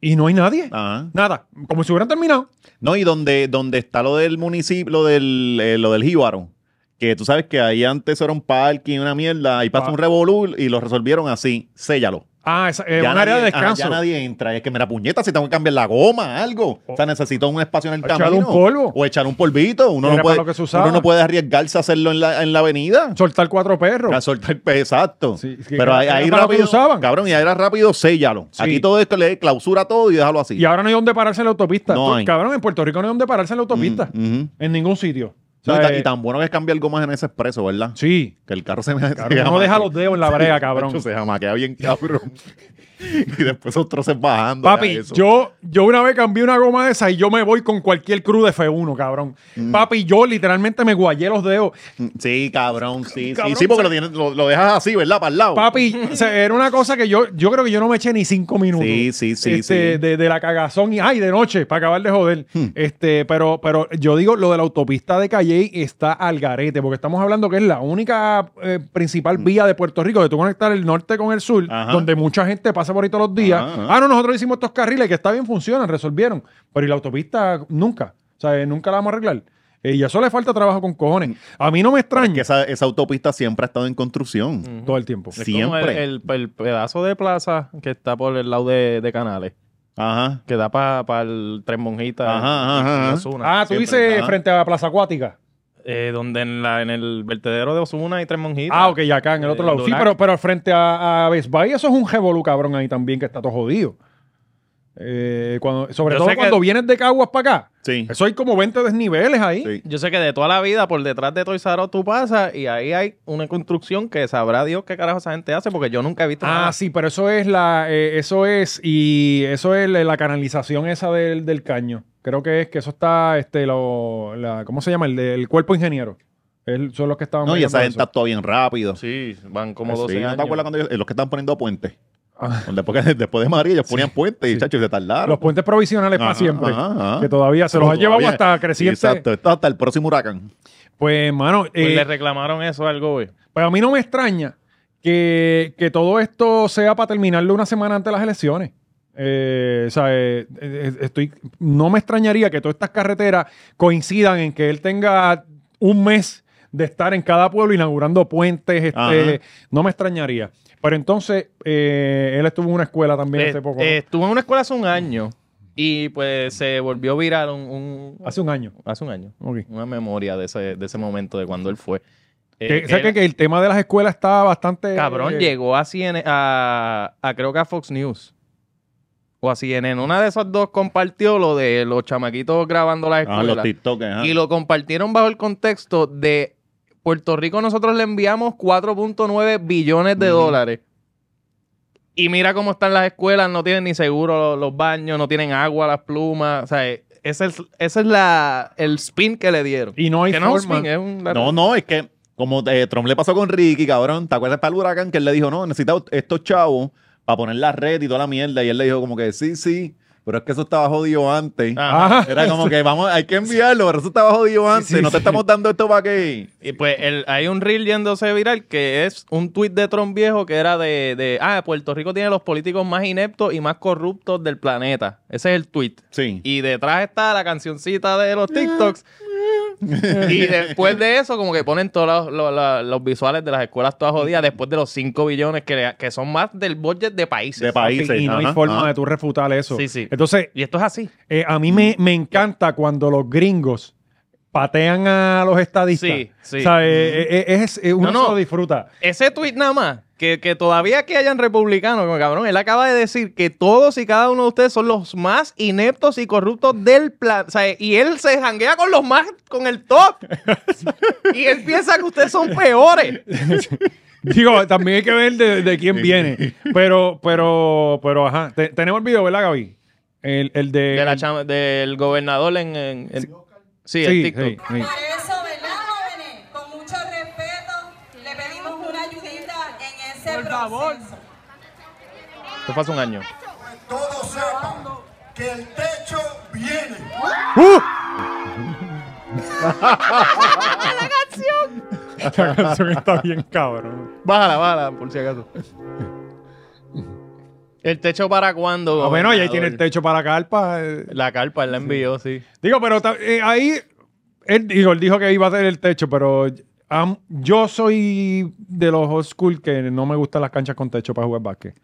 y no hay nadie. Ajá. Nada, como si hubieran terminado. No, y donde, donde está lo del municipio, lo del, eh, lo del Jíbaro. Que tú sabes que ahí antes era un parking, una mierda. Ahí pasó Ah. un revolú y lo resolvieron así. Séllalo. Ah, esa, eh, Ya un área de nadie- ajá, descanso. ya nadie entra. Es que, mira, puñeta, si tengo que cambiar la goma, algo. O sea, necesito un espacio en el O Oh. echar camino. un polvo. O echar un polvito. Uno Era no, puede, para lo que se usaba. uno no puede arriesgarse a hacerlo en la, en la avenida. Soltar cuatro perros. A soltar, pues, exacto. Sí, es que Pero era- ahí, era ahí para lo que rápido, usaban. cabrón, y ahí era rápido, séllalo. Sí. Aquí todo esto le clausura todo y déjalo así. Y ahora no hay dónde pararse en la autopista. No Tú- hay. Cabrón, en Puerto Rico no hay dónde pararse en la autopista. Mm, ujú. En ningún sitio. No, O y, sea, ta- eh, y tan bueno que es cambiar gomas en ese expreso, ¿verdad? Sí. Que el carro se me se Cabrón, uno jamaquea. deja los dedos en la brega, cabrón. Chacho, Se jamaquea bien, cabrón. Y después esos troces bajando. Papi, era eso. yo, yo una vez cambié una goma de esa y yo me voy con cualquier crew de F1, cabrón. Papi, yo literalmente me guayé los dedos. Sí, cabrón, sí, Cabrón, sí. Sí, porque se- lo, tienes- lo, lo dejas así, ¿verdad? Para el lado. Papi, o sea, era una cosa que yo, yo creo que yo no me eché ni cinco minutos. Sí, sí, sí, Hmm. Este, sí. De, de la cagazón y ay, de noche, para acabar de joder. Este, pero, pero yo digo, lo de la autopista de Calle está al garete, porque estamos hablando que es la única eh, principal vía de Puerto Rico de tú conectar el norte con el sur, Hmm. Ajá. donde mucha gente pasa por ahí todos los días. Ajá, ajá. Ah, no, nosotros hicimos estos carriles que está bien, funcionan, resolvieron. Pero y la autopista nunca. O sea, eh, nunca la vamos a arreglar. Eh, y eso le falta trabajo con cojones. A mí no me Hmm. Pero es extraña que esa, esa autopista siempre ha estado en construcción. todo el tiempo. Es como el, Siempre. el- el pedazo de plaza que está por el lado de, de Canales, Ajá. que da para el Tres Monjitas Ajá, ajá, y- y ajá. Ozuna. Ah, tú Siempre, dices ajá. frente a la Plaza Acuática. Eh, donde en, la, en el vertedero de Osuna y Tres Monjitas. Ah, ok, ya acá en el otro Eh, lado. Sí, Dolac. pero, pero frente a, a Best Buy, eso es un revolú cabrón ahí también que está todo jodido. Eh, cuando, sobre Yo todo sé que- cuando vienes de Caguas para acá. Sí. Eso hay como 20 desniveles ahí. Sí. Yo sé que de toda la vida por detrás de Toys R Us tú pasas y ahí hay una construcción que sabrá Dios qué carajo esa gente hace porque yo nunca he visto Ah, nada. sí, pero eso es la, eh, eso es, y eso es la la canalización esa del, del caño. Creo que es que eso está, este, lo, la, ¿cómo se llama? El, del cuerpo ingeniero. El- son los que estaban No, y mirando esa gente eso. actúa bien rápido. Sí, van como Pues Sí, 12 ¿no años. te acuerdas cuando ellos- eh, los que están poniendo puentes? Ah. Después, que- después de María, ellos ponían puentes y, chacho, se tardaron. Los puentes provisionales para Ajá, siempre. ajá, ajá. Que todavía se los ha llevado Todavía. hasta creciente. Exacto, está hasta el próximo huracán. Pues, mano, Pues eh, le reclamaron eso al güey. Pues a mí no me extraña que, que todo esto sea para terminarlo una semana antes de las elecciones. Eh, o sea, eh, eh, estoy, no me extrañaría que todas estas carreteras coincidan en que él tenga un mes de estar en cada pueblo inaugurando puentes. este, Ajá. no me extrañaría. Pero entonces, eh, él estuvo en una escuela también Eh, hace poco. ¿no? eh, estuvo en una escuela hace un año y pues se volvió viral un, un- hace un año. hace un año. Ok. Una memoria de ese, de ese momento de cuando él fue. Eh, Que- o sea, él- que, que el tema de las escuelas está bastante... Cabrón, eh, llegó a, CNN, a, a creo que a Fox News. O a CNN. Una de esas dos compartió lo de los chamaquitos grabando las Ah, escuelas. los TikTok, ajá. y lo compartieron bajo el contexto de Puerto Rico nosotros le enviamos 4.9 billones de dólares. Y mira cómo están las escuelas, no tienen ni seguro los, los baños, no tienen agua, las plumas. O sea, eh, ese es, ese es la, el spin que le dieron. Y no hay que no es un forma. spin, es un- No, no, es que como eh, Trump le pasó con Ricky, cabrón, ¿te acuerdas para el huracán que él le dijo, no, necesitamos estos chavos para poner la red y toda la mierda? Y él le dijo como que sí, sí, pero es que eso estaba jodido antes. Ajá. Ajá. Era como que vamos, hay que enviarlo, pero eso estaba jodido antes, sí, no te sí. estamos dando esto para que... Y pues el- hay un reel yéndose viral que es un tuit de Trump viejo que era de, de, ah, Puerto Rico tiene los políticos más ineptos y más corruptos del planeta. Ese es el tuit. Sí. Y detrás está la cancioncita de los TikToks. y después de eso, como que ponen todos los, los- los- los visuales de las escuelas todas jodidas, después de los 5 billones que, le- que son más del budget de países. De países. y no hay ajá, forma ajá. de tú refutar eso. Sí, sí. Entonces, Y esto es así. Eh, a mí Mm. me, me encanta cuando los gringos patean a los estadistas. Sí, sí. Mm. O sea, eh, eh, eh, es, eh, uno No, no. se lo disfruta. Ese tweet nada más, que, que todavía que hayan republicanos, como cabrón, él acaba de decir que todos y cada uno de ustedes son los más ineptos y corruptos del plan. O sea, y él se janguea con los más, con el top. y él piensa que ustedes son peores. Digo, también hay que ver de, de quién viene. Pero, pero, pero, ajá. Te- tenemos el video, ¿verdad, Gaby? El, el de... De la el- chama- del gobernador en, en- en- sí, el Sí, TikTok. sí, sí. Para eso, ¿verdad, jóvenes? Con mucho respeto, le pedimos una ayudita en ese Por proceso. favor. Esto fue hace un año. todos sepan que el techo viene. Esta canción está bien cabrón. Bájala, bájala, por si acaso. ¿El techo para cuándo? Ah, bueno, y ahí tiene el gobernador? techo para carpa. eh. La carpa, él la envió, sí. Digo, pero ta- eh, ahí él dijo, él dijo que iba a hacer el techo, pero am- yo soy de los old school que no me gustan las canchas con techo para jugar básquet.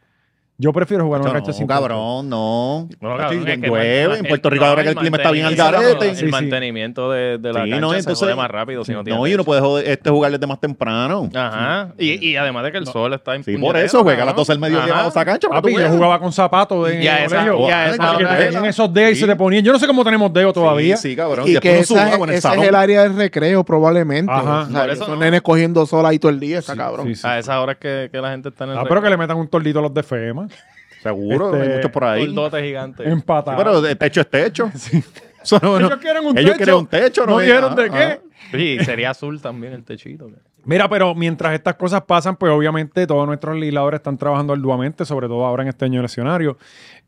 Yo prefiero jugar en una No, cancha sin techo. cabrón, no. No, Chacho, cabrón, y es que llueve, man- en Puerto Rico no, ahora que el clima está bien al mantenimiento- garete. El Sí, sí. mantenimiento de, de la Sí, cancha no, se entonces- jode más rápido si no tiene No, y techo. uno puede joder- este, jugar desde más temprano. Ajá. Y, y además de que el sol está en Sí, por eso juega a las 12 del mediodía bajo esa cancha. para que Papi, tú yo veas. jugaba con zapatos en Ya, el esa- colegio. ya, esa Porque hora te era. ponían esos dedos y se Sí. te ponían. Yo no sé cómo tenemos dedos todavía. Sí, sí, cabrón. Y después que uno esa, sudaba en el ese salón. es el área del recreo, probablemente. Ajá. O sea, Por eso esos no. nenes cogiendo sol ahí todo el día, está cabrón. Sí, sí. A esas horas que, que la gente está en el Ah, pero recreo. que le metan un tornito a los de FEMA. Seguro, Este, hay muchos por ahí. Sí, Gordote gigante. Empatado. pero de techo es techo. Eso no- no- ellos quieren un ellos techo. quieren un techo, no es- dijeron ah, de qué. Sí, sería azul también el techito. Mira, pero mientras estas cosas pasan, pues obviamente todos nuestros legisladores están trabajando arduamente, sobre todo ahora en este año eleccionario.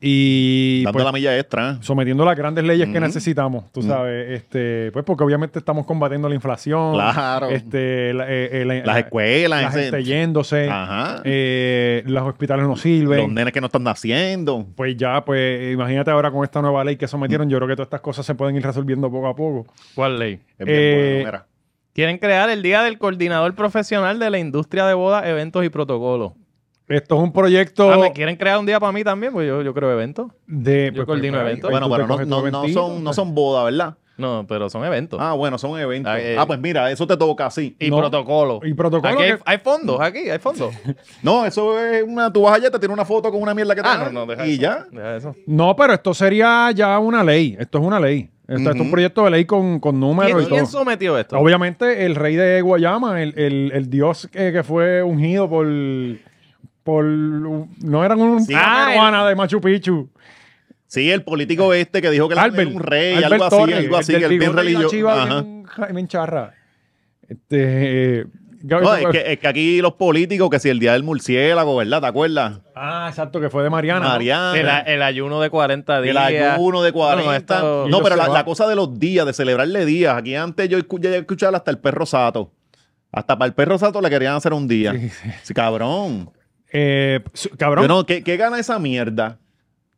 Y ah, Dando pues, la milla extra. ¿eh? sometiendo las grandes leyes que Ujú. necesitamos, tú sabes, este, pues porque obviamente estamos combatiendo la inflación, Claro. este, la- eh, eh, la- Las escuelas, la ese- gente yéndose, Ajá. eh, los hospitales no sirven. los nenes que no están naciendo. Pues ya, pues imagínate ahora con esta nueva ley que sometieron, yo creo que todas estas cosas se pueden ir resolviendo poco a poco. ¿Cuál ley? Es bien Eh, bueno, mira. Quieren crear el Día del Coordinador Profesional de la Industria de Bodas, Eventos y Protocolos. Esto es un proyecto Ah, ¿me quieren crear un día para mí también? Pues yo, yo creo eventos. de... pues, Yo coordino ahí- eventos. ahí Bueno, tú te pero no, coges tu no, no eventito. son, no son bodas, ¿verdad? No, pero son eventos. Ah, bueno, son eventos. Ah, eh. Ah, pues mira, eso te toca así. y no. protocolos. Y protocolo Aquí hay, que- hay fondos, aquí hay fondos. No, eso es una. Tu vas allá, te tiene una foto con una mierda que te ah, no, dan no, deja Y eso, ya. Deja eso. No, pero esto sería ya una ley. Esto es una ley. Esto, esto es un Ujú. proyecto de ley con, con números ¿Quién, y todo. quién sometió esto? Obviamente, el rey de Guayama, el, el- el dios que, que fue ungido por. por no eran un. Sí. una Ah, peruana de Machu Picchu. Sí, el político este que dijo que la- Albert. era un rey, Albert algo así, Torres, algo así, el que del él bien bigote y la religioso. chiva Ajá. bien- bien charra. Este. Gaby, No, ¿te es acuerdas? que, es que aquí los políticos, que si el día del murciélago, ¿verdad? ¿Te acuerdas? Ah, exacto, que fue de Mariana. ¿no? Mariana. El, a- el ayuno de 40 días. Ah, El ayuno de 40. No, No, esto- pero la, se la va. cosa de los días, de celebrarle días. Aquí antes yo escu- llegué a escuchar hasta el perro sato. Hasta para el perro sato le querían hacer un día. Sí, Sí, sí. cabrón. Eh, su- cabrón. Yo no, ¿qué, qué gana esa mierda?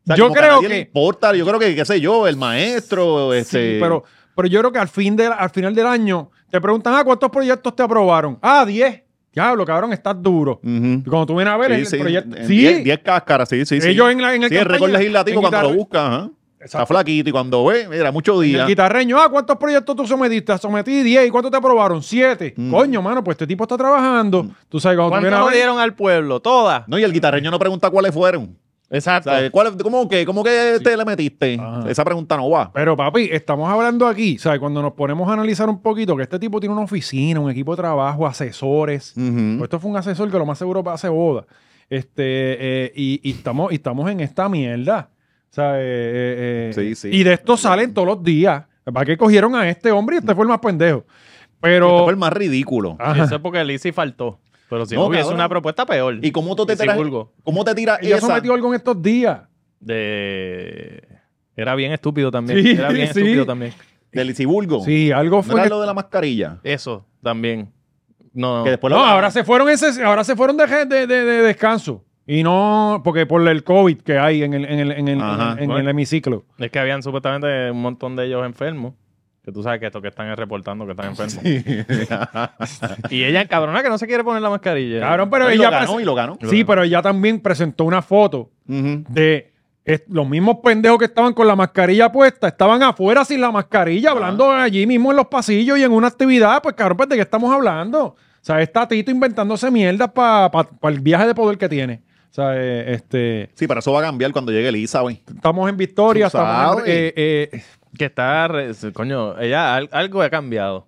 O sea, Yo como a creo nadie le que- importa, yo creo que, qué sé yo, el maestro, este... Sí, pero, pero yo creo que al, fin de, al final del año te preguntan, ah, ¿cuántos proyectos te aprobaron? Ah, 10. Diablo, cabrón, estás duro. Ujú. Y Cuando tú vienes a ver Mm. Sí, el sí, proyecto. en Sí, diez- diez cáscaras, sí, sí. sí. Ellos en la- en el Sí, el récord campaña, legislativo en cuando lo guitarra- busca, ajá. Está Exacto. flaquito y cuando ve, mira, muchos el días. guitarreño, ah, ¿cuántos proyectos tú sometiste? Sometí 10. ¿Y cuántos te aprobaron? 7. Mm. Coño, mano, pues este tipo está trabajando. Tú sabes, cuando tú ¿Cuántas vienes a lo ver. dieron al pueblo? Todas. No, y el guitarreño no pregunta cuáles fueron. O Exacto. sea, ¿cuál- ¿Cómo que, cómo que te le metiste? Ajá. Esa pregunta no va. Pero papi, estamos hablando aquí, ¿sabes? Cuando nos ponemos a analizar un poquito que este tipo tiene una oficina, un equipo de trabajo, asesores. Ujú. Pues esto fue un asesor que lo más seguro hace boda. Este, eh, y, y estamos, y estamos en esta mierda. O sea, eh, eh, eh, Sí, sí. Y de esto salen todos los días. ¿Para qué cogieron a este hombre y este fue el más pendejo? Este Pero. Ah, fue el más ridículo. Ajá. Eso es porque Lizzie faltó. Pero si No, no, hubiese cabrón. una propuesta peor. ¿Y cómo tú te Y sin tiras? vulgo. ¿Cómo te tiras Ella esa? sometió algo en estos días. De... Era bien estúpido también. Sí, Era bien sí. estúpido también. Del Isiburgo. Sí, algo ¿No fue. era que- lo de la mascarilla? Eso también. No, Que después No, lo- ahora se fueron ese, ahora se fueron de, de- de- de descanso. Y no, porque por el COVID que hay en el, en el, en el- Ajá. en el- en el hemiciclo. es que habían supuestamente un montón de ellos enfermos. Que tú sabes que estos que están es reportando que están enfermos. Y ella, cabrona, que no se quiere poner la mascarilla. Cabrón, pues. pero y ella. lo ganó, presen- y lo ganó. Sí, pero ella también presentó una foto Ujú. de es- los mismos pendejos que estaban con la mascarilla puesta, estaban afuera sin la mascarilla, hablando allí mismo en los pasillos y en una actividad, pues cabrón, pues, ¿de qué estamos hablando? O sea, está Tito inventándose mierdas para el viaje de poder que tiene. O sea, eh, este, Sí, pero eso va a cambiar cuando llegue Elizabeth. estamos en victoria, Tú sabes. estamos en- eh, eh, Que está, re- coño, ella al- algo ha cambiado.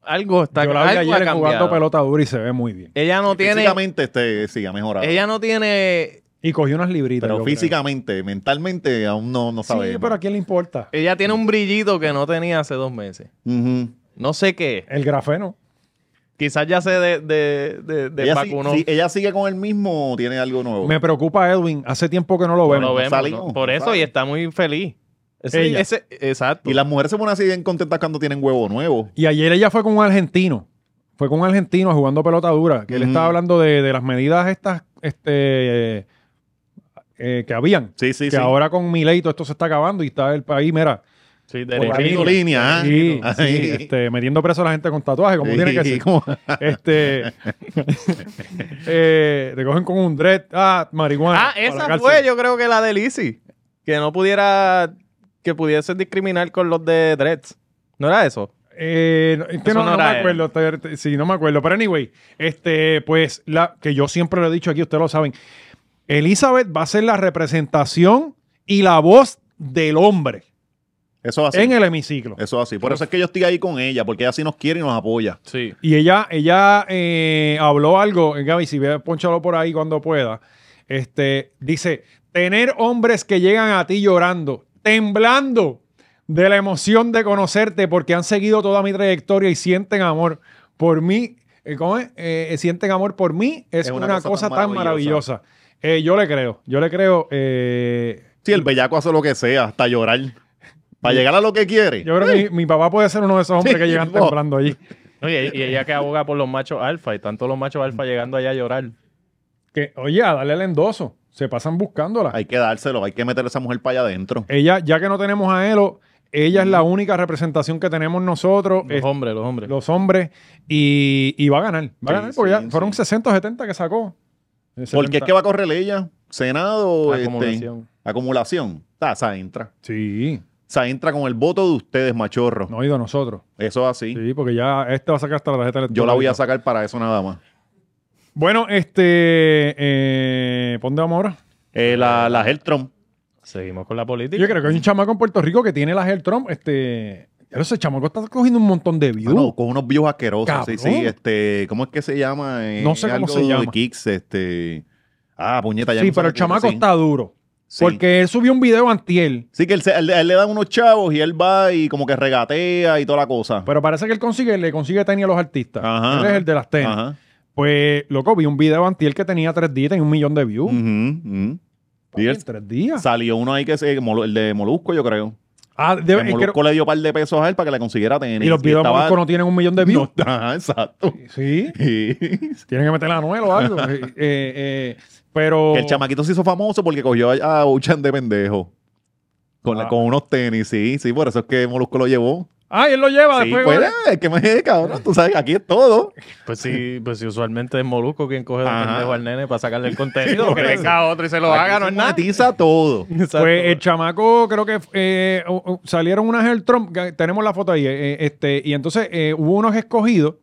Algo está yo la vi algo ha ayer jugando cambiado. pelota dura y se ve muy bien. Ella no tiene Físicamente, este, sí, ha mejorado. ella no tiene Y cogió unas libritas. yo pero creo. físicamente, mentalmente, aún no, no Sí, sabemos. Eh. pero ¿a quién le importa? ella tiene un brillito que no tenía hace dos meses. Ujú. No sé qué. El grafeno. Quizás ya se de, de, de, de ella, sí- vacunó. sí, ella sigue con el mismo o tiene algo nuevo. Me preocupa Edwin, hace tiempo que no lo No vemos. lo vemos, salimos, ¿no? Por no eso y salimos. está muy feliz. Ese- Ella. ese- exacto. Y las mujeres se ponen así bien contentas cuando tienen huevo nuevo. Y ayer ella fue con un argentino. Fue con un argentino jugando pelota dura. Que él Ujú. estaba hablando de, de las medidas estas este, eh, eh, que habían. Sí, sí, que sí. ahora con Milei todo esto se está acabando y está el país, mira. sí, por ahí. Poniendo línea, ¿ah? sí, sí, Ahí. este, metiendo preso a la gente con tatuajes, como tiene que Sí, ser. como- Este, eh, te cogen con un dread. Ah, marihuana. Ah, para la esa cárcel. fue yo creo que la de Lizzy. Que no pudiera, que pudiese discriminar con los de Dreads. ¿No era eso? Eh, no, es que Eso no, no no me era él. acuerdo. te- te- Sí, no me acuerdo. Pero anyway, este, pues, la, que yo siempre lo he dicho aquí, ustedes lo saben. Elizabeth va a ser la representación y la voz del hombre Eso así. en el hemiciclo. Eso así. Por eso es que yo estoy ahí con ella, porque ella sí nos quiere y nos apoya. Sí. Y ella, ella eh, habló algo, eh, Gaby, si ve, ponchalo por ahí cuando pueda. Este, dice, tener hombres que llegan a ti llorando, temblando de la emoción de conocerte porque han seguido toda mi trayectoria y sienten amor por mí. Eh, ¿cómo es? Eh, sienten amor por mí es, una, cosa, tan maravillosa. Eh, yo le creo, yo le creo. eh, Sí, el bellaco hace lo que sea, hasta llorar. Para llegar a lo que quiere. Mm. yo creo que mi, mi papá puede ser uno de esos hombres que llegan no. temblando allí. Oye, y ella que aboga por los machos alfa y tanto los machos alfa llegando allá a llorar. Que, oye, a darle el endoso. Se pasan buscándola. Hay que dárselo, hay que meter a esa mujer para allá adentro. Ella, ya que no tenemos a Elo, ella es la única representación que tenemos nosotros, Los es- hombres, los hombres. los hombres, y, y va a ganar. Va a Sí, ganar porque ya sí, fueron sí. 60 o 70 que sacó. Porque es que va a correr ella. Senado, este, Acumulación. acumulación. Ah, esa entra. Sí, Esa entra con el voto de ustedes, machorro. no ha ido a nosotros. Eso es así. Sí, porque ya este va a sacar hasta la tarjeta Yo la voy a electrónica. sacar para eso nada más. Bueno, este. Eh, ¿Ponde vamos ahora? Eh, la, Ah, la Heltron. Seguimos con la política. Yo creo que hay un chamaco en Puerto Rico que tiene la Hair Trump. Este. Ya ese chamaco está cogiendo un montón de views. Mano, con unos views asquerosos. Sí, Cabrón. sí. Este, ¿Cómo es que se llama? Eh, No sé cómo algo se llama. De Kicks, este. Ah, puñeta, ya sí, no se pero me el chamaco ocurre, sí. está duro. Sí. Porque él subió un video antiel. Sí, que él, se- a él- a él le dan unos chavos y él va y como que regatea y toda la cosa. Pero parece que él consigue, le consigue tenis a los artistas. Ajá. Él es el de las tenis. Ajá. Pues, loco, vi un video antier que tenía tres días y un millón de views. Ujú, ujú. Papi, Y en él- tres días. Salió uno ahí que es eh, Molu- el de Molusco, yo creo. Ah, de- Que es que- Molusco le dio un par de pesos a él para que le consiguiera tenis. y los videos de estaba- Molusco no tienen un millón de views. No, ajá, exacto. Sí, Y- tienen que meter la Anuel o algo. Eh, eh, pero. que el chamaquito se hizo famoso porque cogió a a Uchan de pendejo. Con, la- Ah. con unos tenis, sí, sí, por eso es que Molusco lo llevó. Ah, él lo lleva Sí, después. pues, ah, es que me cabrón, tú sabes que aquí es todo. Pues sí, pues sí, usualmente es Molusco quien coge de Ajá. pendejo al nene para sacarle el contenido. que Por eso. venga otro y se lo Aquí haga, no se es nada. monetiza todo. Exacto. Pues el chamaco, creo que eh, o- o- salieron unas Air Trump, que tenemos la foto ahí, eh, este, y entonces eh, hubo unos escogidos,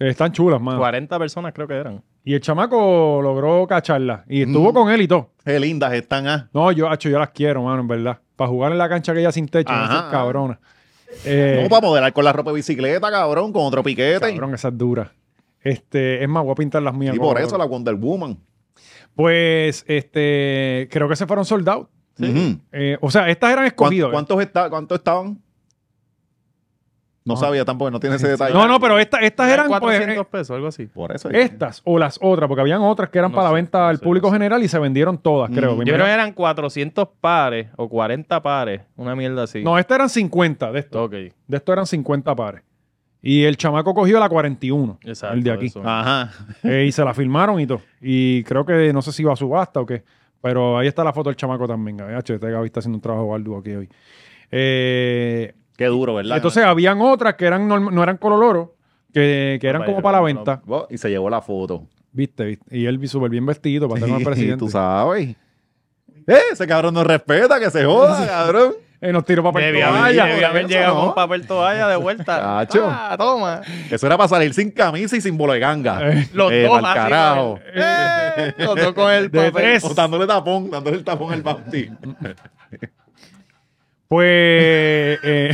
eh, están chulas, mano. 40 personas creo que eran. Y el chamaco logró cacharla, y estuvo Mm. con él y todo. Qué lindas están, ah. No, yo, hacho, yo las quiero, mano, en verdad. Para jugar en la cancha que ella sin techo, no Ajá. seas cabrona. Eh, No, para modelar con la ropa de bicicleta, cabrón, con otro piquete. cabrón, esa es dura. Este, es más, voy a pintar las mías. y como- por eso la Wonder Woman. Pues, este, creo que se fueron soldados. Ujú. o sea, estas eran ¿Cuán- escogidas. ¿Cuántos, esta- cuántos estaban? No Ah. sabía tampoco, no tiene ese detalle. No, no, pero esta- estas eran, pues, 400 pesos, algo así. Por eso. eh, estas o las otras, porque habían otras que eran No para la sé, venta no al sé, público no sé. general y se vendieron todas, Mm. creo. Yo Me Yo creo imagino- que eran 400 pares o 40 pares, una mierda así. No, estas eran 50 de estos. Ok, De estos eran 50 pares. Y el chamaco cogió la 41, exacto. el de aquí. Ah, eso. Ajá. Eh, y se la firmaron y todo. Y creo que no sé si iba a subasta o qué. Pero ahí está la foto del chamaco también. Gaby. Hacho, este Gaby está haciendo un trabajo arduo aquí hoy. Eh, Qué duro, ¿verdad? entonces habían otras que eran norm- no eran color oro, que, que eran Vaya, como para la vaya, venta. Oh, y se llevó la foto. Viste, viste. Y él súper bien vestido para tener al presidente. Tú sabes. Eh, ese cabrón no respeta, que se joda, cabrón. Eh, nos tiró papel Debía haber, toalla. debía haber eso llegado no. con papel toalla de vuelta. Chacho. Ah, toma. Eso era para salir sin camisa y sin bolo de ganga. Los Eh, dos pa'l así, carajo. con el- Eh, los dos con el De papel. tres. O dándole tapón, dándole el tapón al Bauti. Pues, eh,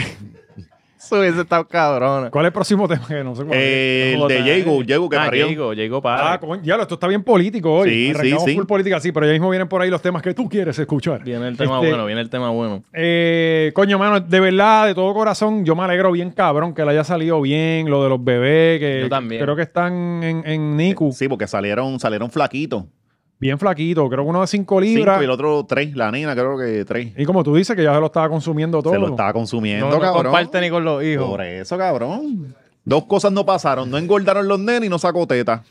Eso hubiese estado cabrón. ¿cuál es el próximo tema? Que no sé cuál es. Eh, el de Diego, Diego que ah, parió. Diego, Diego para. Ah, coño, diablo, esto está bien político hoy. Sí, sí, Arrancamos sí. full política, sí, pero ya mismo vienen por ahí los temas que tú quieres escuchar. viene el tema Este, bueno, viene el tema bueno. Eh, coño, mano, de verdad, de todo corazón, yo me alegro bien, cabrón, que le haya salido bien lo de los bebés, que Yo también. creo que están en, en NICU, Sí, porque salieron, salieron flaquitos. bien flaquito, creo que uno de 5 Cinco libras. y el otro tres. La nena creo que tres. y como tú dices, que ya se lo estaba consumiendo todo. Se lo ¿no? estaba No, consumiendo, no cabrón. comparte ni con los hijos. Por eso, cabrón. Dos cosas no pasaron. No engordaron los nenes y no sacó teta.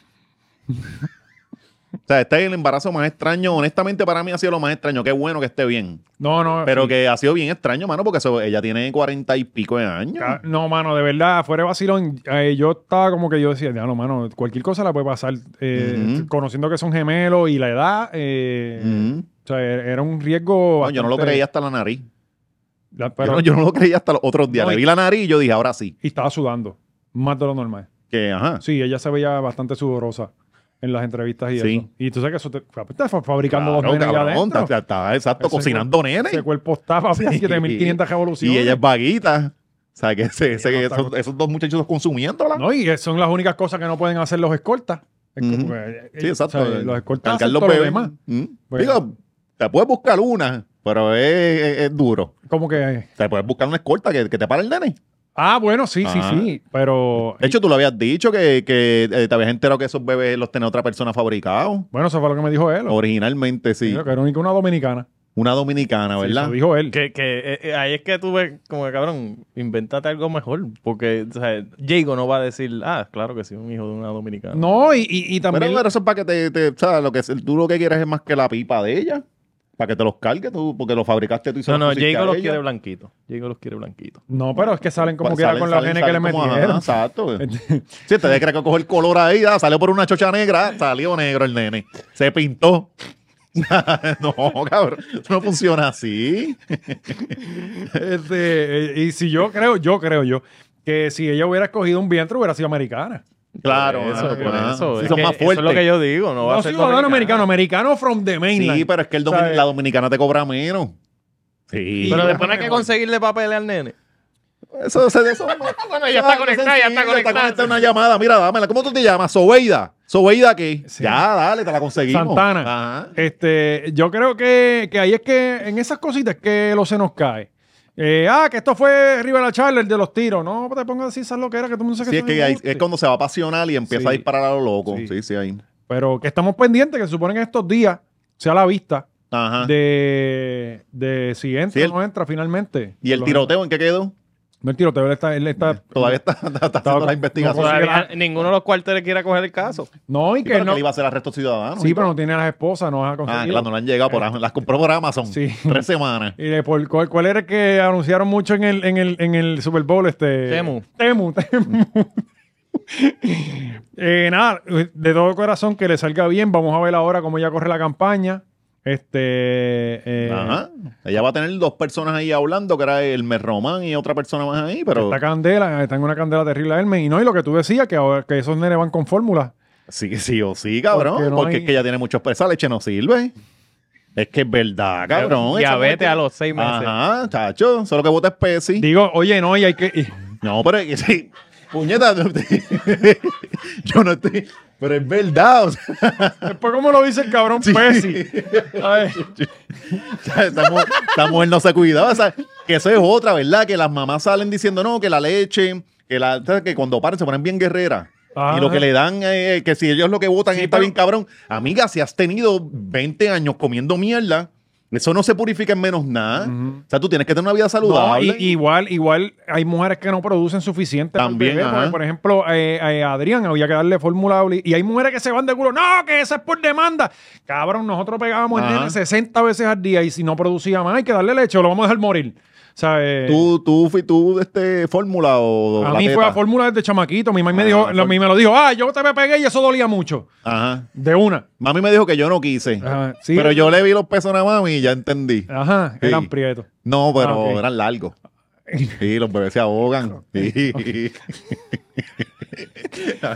o sea, este es el embarazo más extraño. Honestamente, para mí ha sido lo más extraño. Qué bueno que esté bien. No, no. Pero que ha sido bien extraño, mano, porque eso- ella tiene cuarenta y pico de años. ca- No, mano, de verdad, fuera de vacilón, eh, yo estaba como que yo decía, ya no, mano, cualquier cosa la puede pasar, eh, Ujú. conociendo que son gemelos y la edad, eh, Ujú. o sea, e-, era era un riesgo. Mm. No, yo no lo bastante- creía hasta la nariz. la- Yo pero- no- yo, no, lo creía hasta los otros días. No, Le y- vi la nariz y yo dije, ahora sí. Y estaba sudando, más de lo normal. Que, ajá. Sí, ella se veía bastante sudorosa en las entrevistas y Sí. eso. Y tú sabes que eso te, está fa- fabricando los Claro, nenes allá cabrón, adentro. está- está- exacto, Ese cocinando cuerpo- nenes. Ese cuerpo está papi, a Sí. 7500 Y revoluciones. ella es vaguita. O sea, que, ese- ese- no está esos, esos dos muchachos consumiéndola. No, y son las únicas cosas que no pueden hacer los escoltas. Es Ujú. como que- eh, Sí, exacto. eh, o sea, los escoltazos, Carlos todo lo Pérez. demás. Pues, Mm. Bueno. Digo, te puedes buscar una, pero es, es- es duro. Como que. Te puedes buscar una escolta que, que te para el nene. Ah, bueno, sí, Ah. sí, sí. Pero. De hecho, tú lo habías dicho que, que eh, te habías enterado que esos bebés los tenía otra persona fabricados. Bueno, eso fue lo que me dijo él. Originalmente, Oh, sí. Creo Que era única una dominicana. Una dominicana, Sí, ¿verdad? Eso dijo él. Que, que, eh, eh, ahí es que tú ves, como que cabrón, inventate algo mejor. Porque, o sea, Diego no va a decir, ah, claro que sí, un hijo de una dominicana. No, y, y, y Pero también. claro, eso es para que te, te- o sea, lo que es- tú lo que quieres es más que la pipa de ella, para que te los cargue tú, porque lo fabricaste tú y se no, los no, pusiste Diego a los ella. quiere blanquito. Diego los quiere blanquito. no, pero es que salen como Pa- que era Pues con salen- la salen- genes que le salen como, ajá, metieron. Exacto. Si te crees que coge el color ahí, ah, salió por una chocha negra, ah, salió negro el nene. Se pintó. no, cabrón, eso no funciona así. Este, eh, y si yo creo, yo creo yo, que si ella hubiera escogido un vientre hubiera sido americana. Claro, Por ah, eso, por ah, eso. sí, Es son que más Eso es lo que fuertes. yo digo, no va No, a ser ciudadano americano, americano from the mainland. Sí, pero es que el domin- ¿Sabes? la dominicana te cobra menos. Sí. Pero después no hay que conseguirle papeles al nene. Eso se eso. bueno, ya está conectada, ya está conectada. una llamada, mira, dámela. ¿Cómo tú te llamas? Sobeida. Sobeida qué? Sí. Ya, dale, te la conseguimos. Santana. Ajá. Este, yo creo que, que ahí es que en esas cositas que lo se nos cae. Eh, ah, que esto fue Rivera Charles, el de los tiros. No pues te pongas así, sabes lo que era, que todo el mundo se Sí, es que ahí- es cuando se va a apasionar y empieza a Sí. disparar a lo loco. Sí. Sí, sí, ahí. Pero que estamos pendientes, que se supone que en estos días sea la vista Ajá. de, de si entra Sí, o el- no entra finalmente. ¿Y el Los- tiroteo en qué quedó? No, el tiroteo, él está, él está Eh, Todavía está, está- está Estaba haciendo con- la investigación. no, Sí, Todavía ninguno de los cuarteles quiere coger el caso. No, y pero que que no. le iba a hacer arresto ciudadano. Sí, pero no tiene a las esposas, no las ha Ah, conseguido. claro, no le han llegado. Por, las compró por Amazon. Sí. Tres semanas. Y de por- ¿cuál, cuál era el que anunciaron mucho en el, en el, en el Super Bowl? Este, Temu. Temu, Temu. Eh, nada, de todo corazón que le salga bien. Vamos a ver ahora cómo ya corre la campaña. Este. eh, Ajá. Ella va a tener dos personas ahí hablando, que era el Merromán y otra persona más ahí, pero Está candela, está en una candela terrible a Hermes. Y no, y lo que tú decías, que, ahora- que esos nenes van con fórmula. sí, sí o sí, cabrón, Porque porque, no hay- es que ella tiene muchos pesos, esa leche no sirve. Es que es verdad, cabrón. esa Diabetes leche- a los seis meses. Ajá, chacho, solo que bota especie. Digo, oye, no, y hay que. y- No, pero es que sí. Puñeta, no estoy- yo no estoy. Pero es verdad. O sea, después, ¿cómo lo dice el cabrón Sí. Pesci? Ay, esta, mu- esta mujer no se cuidaba. O sea, que eso es otra, ¿verdad? Que las mamás salen diciendo no, que la leche, que la ¿sabes? que cuando paren se ponen bien guerreras. Ah. Y lo que le dan, eh, que si ellos lo que votan Sí, está pero- bien cabrón. Amiga, si has tenido 20 años comiendo mierda, eso no se purifica en menos nada. Ujú. O sea, tú tienes que tener una vida No, saludable. y- igual, igual hay mujeres que no producen suficiente. para el También, bebé, porque, ajá. por ejemplo, eh, eh, a Adrián había que darle fórmula Oli- y hay mujeres que se van de culo. No, que esa es por demanda. Cabrón, nosotros pegábamos el Ajá. nene 60 veces al día y si no producía más hay que darle leche o lo vamos a dejar morir. O sea, eh, ¿Tú, tú, fui- tú, este, fórmula o a la mí fue teta? la fórmula desde chamaquito. Mi mamá me, Ah, dijo, la la- mi me lo dijo, ah, yo te me pegué y eso dolía mucho. Ajá. De una. Mami me dijo que yo no quise. Ajá, sí. Pero yo le vi los pesos a mami y ya entendí. Ajá, Sí. eran prietos. No, pero Ah, ok. eran largos. Sí, los bebés se ahogan. Sí.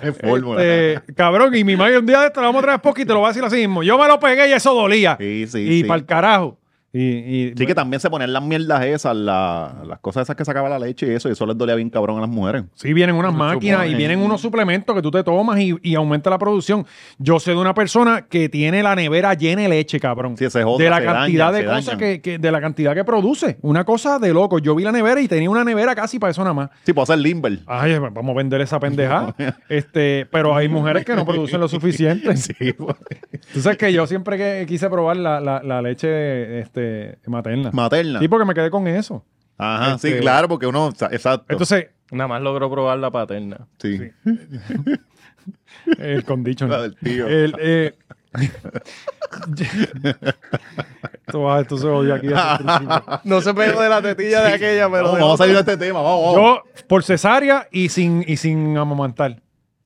Es fórmula. Este, cabrón, y mi madre un día de esto la vamos a traer poquito y te lo va a decir así mismo. Yo me lo pegué y eso dolía. Sí, sí, y sí. para el carajo. Y, y- Sí, que también se ponen las mierdas esas, la- las cosas esas que sacaba la leche y eso, y eso les dolía bien cabrón a las mujeres. Sí, vienen unas máquinas y supones. vienen unos suplementos que tú te tomas y, y aumenta la producción. Yo sé de una persona que tiene la nevera llena de leche, cabrón. Sí, esa es otra, de la se cantidad dañan, de se cosas dañan. que, que- de la cantidad que produce. Una cosa de loco. Yo vi la nevera y tenía una nevera casi para eso nada más. Sí, puedo hacer Limber. Ay, vamos a vender esa pendejada. este, pero hay mujeres que no producen lo suficiente. Sí, pues. Tú sabes que yo siempre que quise probar la, la- la leche este, materna. Materna. Sí, porque me quedé con eso. Ajá, sí, Este- claro, porque uno. Exacto. Entonces, Nada más logró probar la paterna. sí. el condicho. La del tío. El, eh, esto, va- esto se odia aquí. desde el principio. Ah, No se pegó de la tetilla de aquella, pero. Vamos, vamos de a otra. salir de este tema, vamos, vamos. Yo, por cesárea y sin, y sin amamantar.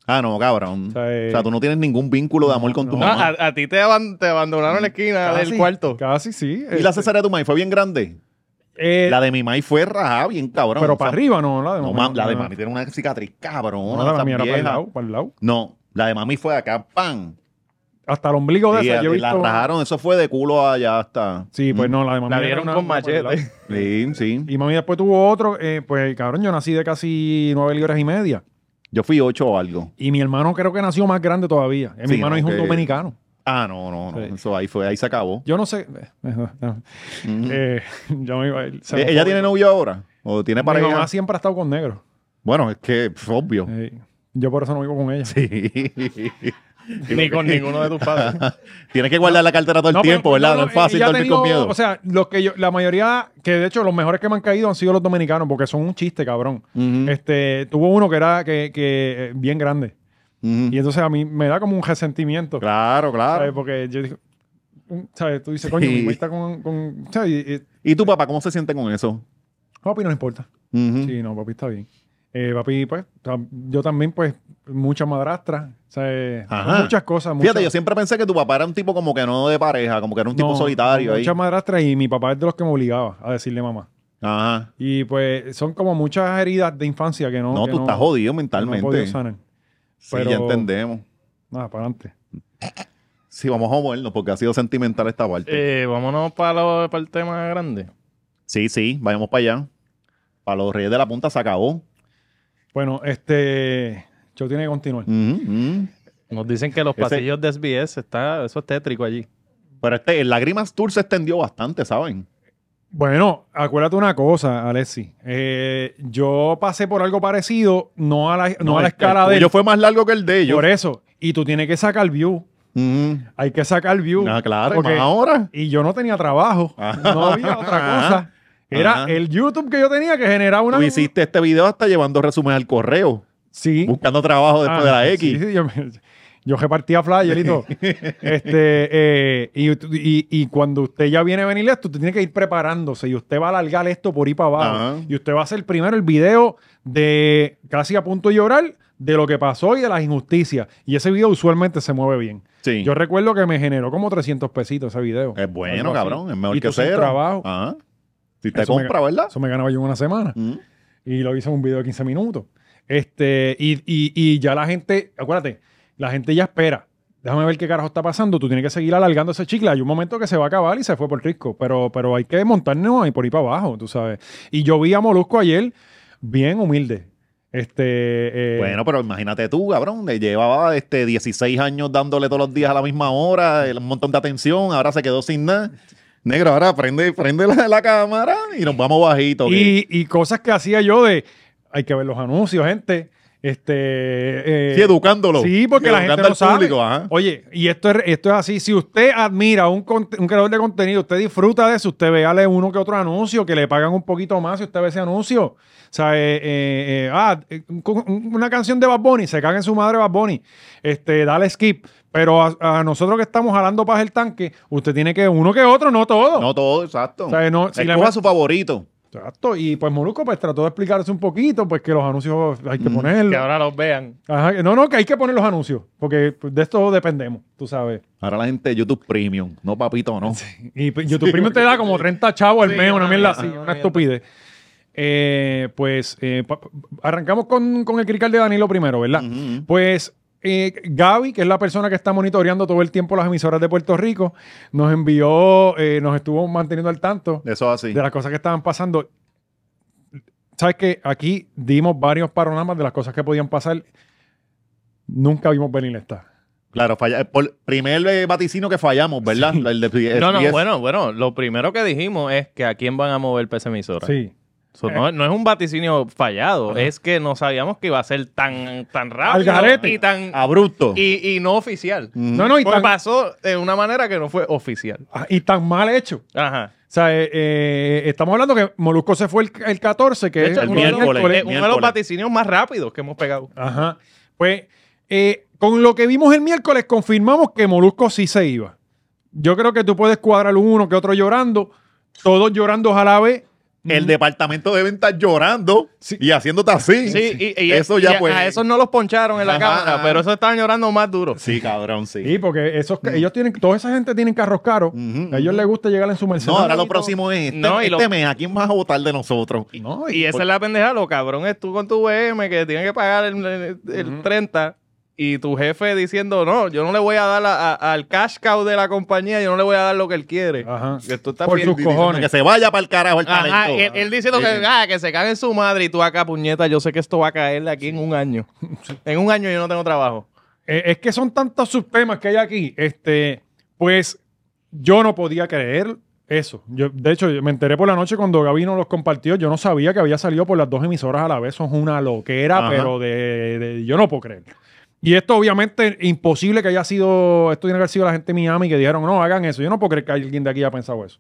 Ah, no, cabrón. O sea, sea, eh, tú no tienes ningún vínculo de amor con tu No, Ah, mamá. a, a ti te, aban- te abandonaron la esquina Casi, del cuarto. Casi, sí. ¿Y la cesárea de tu maíz fue bien grande? Eh, La de mi maíz fue rajada bien cabrón. pero O sea, para arriba, no. La de, No, mami, mam, la de no, mami tiene una cicatriz cabrón. No, la mía era para el lado, para el lado. No, la de mami fue de acá, pan. Hasta el ombligo de Y esa. a- Yo he y la visto- rajaron, Mm. eso fue de culo allá hasta. Mm, Sí, pues no, la de mami. La era vieron una- con una para el machete. lado. Sí, sí. eh, Y mami después tuvo otro. eh, pues cabrón, yo nací de casi nueve libras y media. Yo fui ocho o algo. Y mi hermano creo que nació más grande todavía. Eh, Sí, mi hermano no, es un que- dominicano. Ah, no, no, no. Sí. Eso ahí fue, ahí se acabó. Yo no sé. eh, no. Eh, ya me iba a ir. Eh, Mm. ¿Ella tiene novio ahora? ¿O tiene Mi pareja? mamá siempre ha estado con negros. Bueno, es que pf, obvio. Eh, yo por eso no vivo con ella. Eh. Ni con ninguno de tus padres. Tienes que guardar la cartera todo el No, pero- tiempo, ¿verdad? No, es eh, fácil ella ha dormir tenido- con miedo. O sea, los que yo, la mayoría, que de hecho los mejores que me han caído han sido los dominicanos, porque son un chiste, cabrón. Ujú. Este, tuvo uno que era que, que, eh, bien grande. Ujú. Y Eh, entonces a mí me da como un resentimiento. Claro, ¿sabes? claro. Porque yo digo, un- ¿sabes? Tú dices, coño, Sí. mi güey está con. con ¿sabes? Y- y- ¿Y tu papá cómo se siente con eso? papi no importa. Ujú. Sí, no, papi está bien. Eh, papi, pues, tam- yo también, pues, mucha madrastra. ¿sabes? Ajá. Muchas cosas. Fíjate, muchas- yo siempre pensé que tu papá era un tipo como que no de pareja, como que era un tipo no, solitario ahí. Muchas madrastras y mi papá es de los que me obligaba a decirle mamá. Ajá. Y pues son como muchas heridas de infancia que no. No, que tú estás jodido que no he podido mentalmente. sanar. sí, pero- ya entendemos. Nada, para adelante. Sí, vamos a movernos porque ha sido sentimental esta parte. Eh, vámonos para, lo- para el tema grande. sí, sí, vayamos para allá. Para los Reyes de la Punta se acabó. Bueno, este. Yo tiene que continuar. Ujú, ujú. Nos dicen que los Ese- pasillos de SBS, está, eso es tétrico allí. Pero este, el Lágrimas Tour se extendió bastante, ¿saben? Bueno, acuérdate una cosa, Alexi. Eh, yo pasé por algo parecido, no a la, no a la el- escala este, el de. tuyo fue más largo que el de ellos. Por eso. Y tú tienes que sacar view. Ujú. Hay que sacar view. Ah, claro, y Porque- más ahora. y yo no tenía trabajo. No había otra cosa. Era Ajá. el YouTube que yo tenía que generaba una. Tú hiciste este video hasta llevando resúmenes al correo, Sí. buscando trabajo después de Ah, la sí, X. sí, yo, me- yo repartía flyer y todo. este, eh, y, y- y cuando usted ya viene a venir esto, usted tiene que ir preparándose y usted va a alargar esto por ir para abajo. Ajá. Y usted va a hacer primero el video de casi a punto de llorar de lo que pasó y de las injusticias. Y ese video usualmente se mueve bien. Sí. Yo recuerdo que me generó como 300 pesitos ese video. Es bueno, Algo así. cabrón. Es mejor Y que tú sin cero. Ah. trabajo. Ajá. Si te Eso me- compra, ¿verdad? Eso me ganaba yo en una semana. Mm. y lo hice en un video de 15 minutos. Este, y, y- y ya la gente, acuérdate, la gente ya espera. Déjame ver qué carajo está pasando. Tú tienes que seguir alargando ese chicle. Hay un momento que se va a acabar y se fue por risco. Pero, pero hay que montarnos ahí por ahí para abajo, tú sabes. Y yo vi a Molusco ayer bien humilde. Este, eh, Bueno, pero imagínate tú, cabrón, le llevaba este 16 años dándole todos los días a la misma hora, el- un montón de atención, ahora se quedó sin nada. Negro, ahora prende, prende la, la cámara y nos vamos bajito. que- y, y cosas que hacía yo de, hay que ver los anuncios, gente. Este, eh, sí, educándolo. Sí, porque la gente Educando no al sabe. público, ajá. Oye, y esto es, esto es así. Si usted admira un, conte- un creador de contenido, usted disfruta de eso, usted véale uno que otro anuncio, que le pagan un poquito más si usted ve ese anuncio. O sea, eh, eh, eh, ah, eh, con- una canción de Bad Bunny, se caga en su madre Bad Bunny. Este, dale skip. Pero a, a nosotros que estamos jalando para el tanque, usted tiene que uno que otro, no todo. No todo, exacto. O sea, no- si la Escoja met- su favorito. Exacto. Y pues Molusco pues trató de explicarse un poquito, pues que los anuncios hay Mm, que ponerlos. Que ahora los vean. Ajá, que- no, no, que hay que poner los anuncios, porque pues, de esto dependemos, tú sabes. Ahora la gente de YouTube Premium. No, papito, no. Y pues, YouTube Premium te da como 30 chavos al Sí, mes, una una mierda mierda, así, una una mierda. estupidez. Eh, pues eh, pa- pa- arrancamos con, con el crical de Danilo primero, ¿verdad? Ujú. Pues eh, Gaby, que es la persona que está monitoreando todo el tiempo las emisoras de Puerto Rico, nos envió, eh, nos estuvo manteniendo al tanto Eso es así. de las cosas que estaban pasando. Sabes que aquí dimos varios panoramas de las cosas que podían pasar. Nunca vimos venir esta. Claro, falla, por primer eh, vaticino que fallamos, ¿verdad? El de No, no, SBS. bueno, bueno, lo primero que dijimos es que a quién van a mover esa emisora. Sí. So, no, no es un vaticinio fallado, es que no sabíamos que iba a ser tan, tan rápido Al garete. y tan Abrupto. y, y no oficial. No, no, y Ah, Pues tan, pasó de una manera que no fue oficial. ah, y tan mal hecho. Ajá. O sea, eh, eh, estamos hablando que Molusco se fue el, el 14, que De es hecho, el uno de los- miércoles, eh, uno de los miércoles. vaticinios más rápidos que hemos pegado. Ajá. Pues eh, con lo que vimos el miércoles confirmamos que Molusco sí se iba. Yo creo que tú puedes cuadrar uno que otro llorando, todos llorando a la vez. mm. El departamento de ventas llorando Sí. y haciéndote así. Sí, y, y- eso y ya a- pues. a esos no los poncharon en la Ajá. cámara, pero esos estaban llorando más duro. Sí, cabrón, sí. Sí, porque esos, ellos tienen, toda esa gente tienen carros caros. Mm. Ujú, a ellos les gusta llegar en su Mercedes. No, ahora lo próximo es este, No, y este lo- mes. ¿A quién vas a votar de nosotros? No, Y esa es la pendeja, lo cabrón es tú con tu VM que tienes que pagar el, el- el 30 y tu jefe diciendo, no, yo no le voy a dar a- a- al cash cow de la compañía, yo no le voy a dar lo que él quiere. Ajá. Que tú estás Por bien- sus cojones. Que se vaya para el carajo el talento. Eh, Ajá, él, él diciendo que, ah, que se cague en su madre y tú acá, puñeta, yo sé que esto va a caer aquí en un año. En un año yo no tengo trabajo. Eh, es que son tantos subtemas que hay aquí. Este, pues yo no podía creer eso. Yo, de hecho, yo me enteré por la noche cuando Gaby nos los compartió. Yo no sabía que había salido por las dos emisoras a la vez. Eso es una loquera, Ajá. pero de, de- yo no puedo creer. Y esto obviamente imposible que haya sido, esto tiene que haber sido la gente de Miami que dijeron, no, hagan eso. Yo no puedo creer que alguien de aquí haya pensado eso.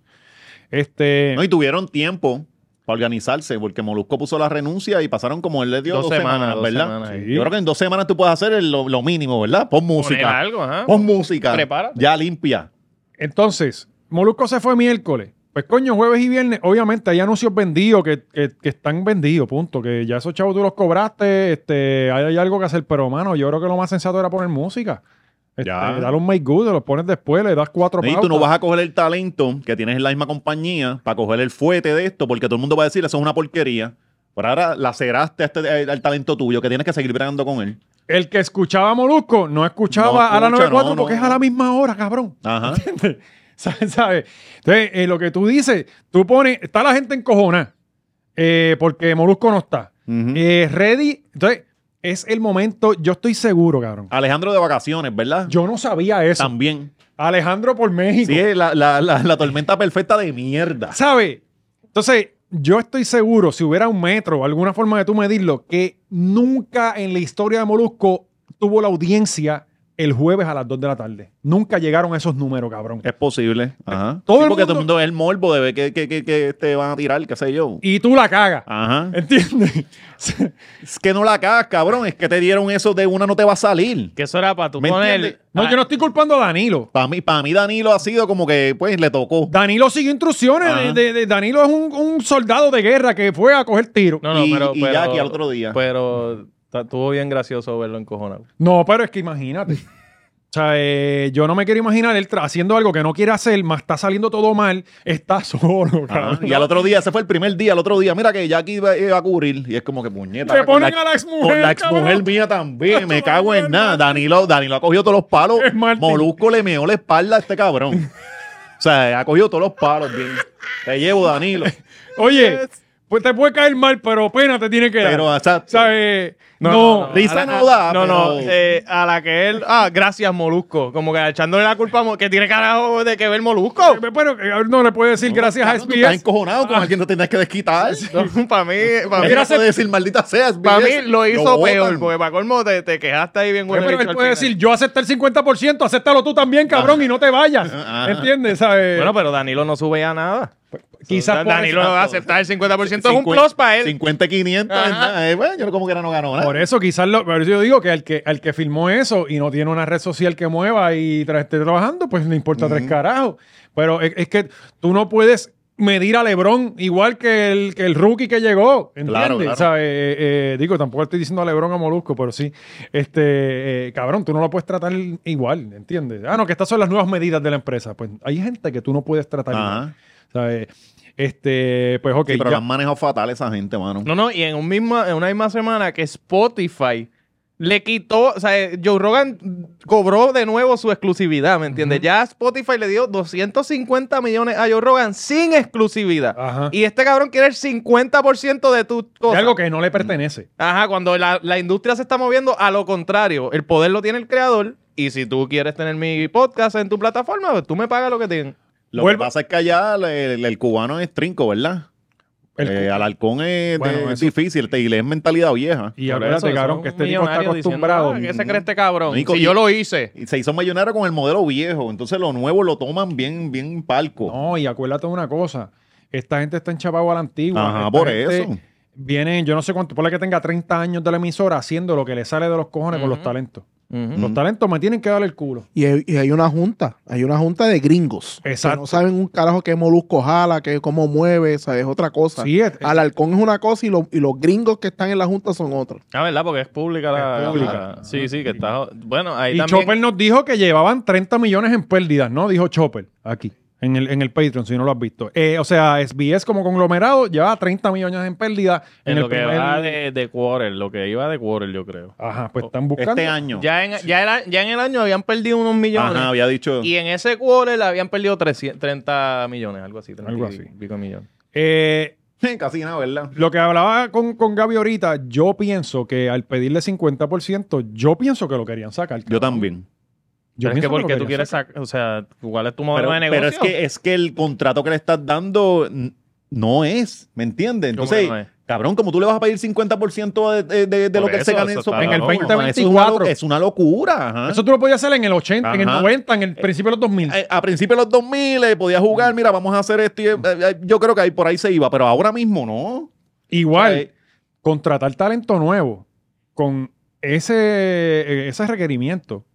Este, No, y tuvieron tiempo para organizarse, porque Molusco puso la renuncia y pasaron como él le dio dos, semanas, dos ¿verdad? semanas ahí. Sí. Yo creo que en dos semanas tú puedes hacer el- lo, lo mínimo, ¿verdad? Pon Poner música. algo, ajá. Pon música. Prepárate. Ya limpia. Entonces, Molusco se fue miércoles. Pues coño, jueves y viernes, obviamente hay anuncios vendidos que, que- que están vendidos, punto. Que ya esos chavos tú los cobraste, este, hay, hay algo que hacer, pero mano, yo creo que lo más sensato era poner música. Este, Ya. Dale un make good, los pones después, le das cuatro Y tú pautas. no vas a coger el talento que tienes en la misma compañía para coger el fuete de esto, porque todo el mundo va a decir, eso es una porquería. Por ahora laceraste a este- al talento tuyo, que tienes que seguir bregando con él. El que escuchaba a Molusco no escuchaba No a la escucha, 94 no, no. porque es a la misma hora, cabrón. Ajá. ¿Sabes? ¿Sabes? Entonces, eh, lo que tú dices, tú pones, está la gente encojona eh, porque Molusco no está. Ujú. Eh, ready, entonces, es el momento, yo estoy seguro, cabrón. Alejandro de vacaciones, ¿verdad? Yo no sabía eso. También. Alejandro por México. Sí, la, la- la- la tormenta perfecta de mierda. ¿Sabe? Entonces, yo estoy seguro, si hubiera un metro, alguna forma de tú medirlo, que nunca en la historia de Molusco tuvo la audiencia el jueves a las 2 de la tarde. Nunca llegaron a esos números, cabrón. Es posible. Ajá. Todo Sí, el porque mundo- todo el mundo es el morbo de ver que, que, que, que te van a tirar, qué sé yo. Y tú la cagas. Ajá. ¿Entiendes? Es que no la cagas, cabrón. Es que te dieron eso de una, no te va a salir. Que eso era para tú ¿Me poner. Ah, entiendes? No, yo no estoy culpando a Danilo. Para mí, para mí, Danilo ha sido como que, pues, le tocó. Danilo siguió instrucciones. Ah. de- Ajá. de- de- Danilo es un, un soldado de guerra que fue a coger tiro. No, no, Y- pero, y pero- ya aquí al otro día. Pero ta- estuvo bien gracioso verlo encojonado. No, pero es que imagínate. O sea, eh, yo no me quiero imaginar él tra- haciendo algo que no quiere hacer, más está saliendo todo mal, está Ah, solo, Ajá. cabrón. Ah, Y al otro día, ese fue el primer día, al otro día, mira que ya aquí iba, iba a cubrir. Y es como que puñeta. Te con ponen a la exmujer, Con la cabrón. exmujer mía también. Me Tacho, cago en Martín. nada. Danilo, Danilo ha cogido todos los palos. Es Martín. Molusco le meó la espalda a este cabrón. o sea, ha cogido todos los palos bien. Te llevo, Danilo. Oye, pues te puede caer mal, pero pena te tiene que dar. Pero, exacto. o sea, eh, no, Risa A la- no da, No, no. pero- eh, a la que él. Ah, gracias, Molusco. Como que echándole la culpa a Mo- que tiene carajo de que ver Molusco. eh, pero eh, no le puede decir gracias a Cabrón, tú Estás SBS. encojonado con alguien, no tendrás que desquitar. para mí, para mí, Mira, se puede decir, maldita sea. SBS, pa' mí lo hizo botan. peor. Porque para colmo te, te quejaste ahí bien Eh, bueno. pero bicho él al puede final. Ah. decir, yo acepté el 50%, acéptalo tú también, cabrón, y no te vayas. Ajá. ¿Entiendes? ¿Sabes? Bueno, pero Danilo no sube ya nada. Quizás por Danilo eso- va a aceptar el 50%. es un 50, plus para él. 50, 500. Ajá. nada, eh, bueno, yo como que era no ganó nada. Por eso quizás lo, por eso yo digo que al que al que filmó eso y no tiene una red social que mueva y tra- esté trabajando, pues le importa tres carajos. Pero es, es que tú no puedes medir a Lebron igual que el, que el rookie que llegó. ¿Entiendes? Claro, claro. O sea, eh, eh, digo, tampoco estoy diciendo a Lebron a Molusco, pero sí. Este, eh, cabrón, tú no lo puedes tratar igual, ¿entiendes? Ah, no, que estas son las nuevas medidas de la empresa. Pues hay gente que tú no puedes tratar Ajá. igual. ¿Sabes? Este, pues ok. Sí, pero ya. lo han manejado fatal esa gente, mano. No, no, y en, un misma, en una misma semana que Spotify le quitó, o sea, eh, Joe Rogan cobró de nuevo su exclusividad, ¿me entiendes? Ya Spotify le dio 250 millones a Joe Rogan sin exclusividad. Ajá. Y este cabrón quiere el 50% de tus De cosas. algo que no le pertenece. Ajá, cuando la, la industria se está moviendo a lo contrario, el poder lo tiene el creador. Y si tú quieres tener mi podcast en tu plataforma, pues tú me pagas lo que tienen. Lo Vuelvo- que pasa es que allá el, el- el cubano es trinco, ¿verdad? El- Eh, al halcón es, Bueno, de- eso- es difícil te- y le es mentalidad vieja. Y Por acuérdate, eso, cabrón, son que este tipo está millonarios diciendo, acostumbrado. "Ah, ¿Qué se cree este cabrón? Nico, si y- yo lo hice. Y se hizo millonario con el modelo viejo, entonces lo nuevo lo toman bien, bien palco. No, y acuérdate de una cosa. Esta gente está enchapada a la antigua. Ajá, Esta por gente eso. Este Vienen, yo no sé cuánto, por la que tenga 30 años de la emisora haciendo lo que le sale de los cojones con los talentos. Los talentos me tienen que darle el culo. Y hay, y hay una junta, hay una junta de gringos. Exacto. Que no saben un carajo qué molusco jala, que cómo mueve, o sea, es otra cosa. Sí, es- Alarcón es una cosa y, lo- y los gringos que están en la junta son otros. Ah, ¿verdad? Porque es pública la. Es pública. la- sí, sí, que está. Bueno, ahí Y también. Chopper nos dijo que llevaban 30 millones en pérdidas, ¿no? Dijo Chopper aquí. en el, en el Patreon, si no lo has visto. Eh, o sea, SBS como conglomerado lleva 30 millones en pérdida en, En el lo que primer- va de, de quarter, lo que iba de quarter, yo creo. Ajá, pues están buscando. Este año. Ya en, ya, era- ya en el año habían perdido unos millones. Ajá, había dicho. Y en ese quarter habían perdido 300 30 millones, algo así. 30 Algo y así. pico millones. Eh, Casi nada, ¿verdad? lo que hablaba con, con Gaby ahorita, yo pienso que al pedirle 50%, yo pienso que lo querían sacar. Yo cabrón. también. Yo Pero es que pienso lo porque tú querían quieres sacar. sacar, o sea, ¿cuál es tu modelo Pero, de negocio? pero es que es que el contrato que le estás dando n- no es, ¿me entiendes? ¿Cómo Entonces, que no es? cabrón, como tú le vas a pedir 50% de, de- de- de Por lo que eso, se gana eso en su está En el cabrón, 2024. eso Es una, lo- es una locura. ajá. Eso tú lo podías hacer en el 80, en el Ajá. 90, en el principio de los 2000. Eh, A principios de los 2000 eh, podía jugar, mira, vamos a hacer esto. y, eh, eh, yo creo que ahí por ahí se iba, pero ahora mismo no. Igual, Eh, contratar talento nuevo con ese, eh, ese requerimiento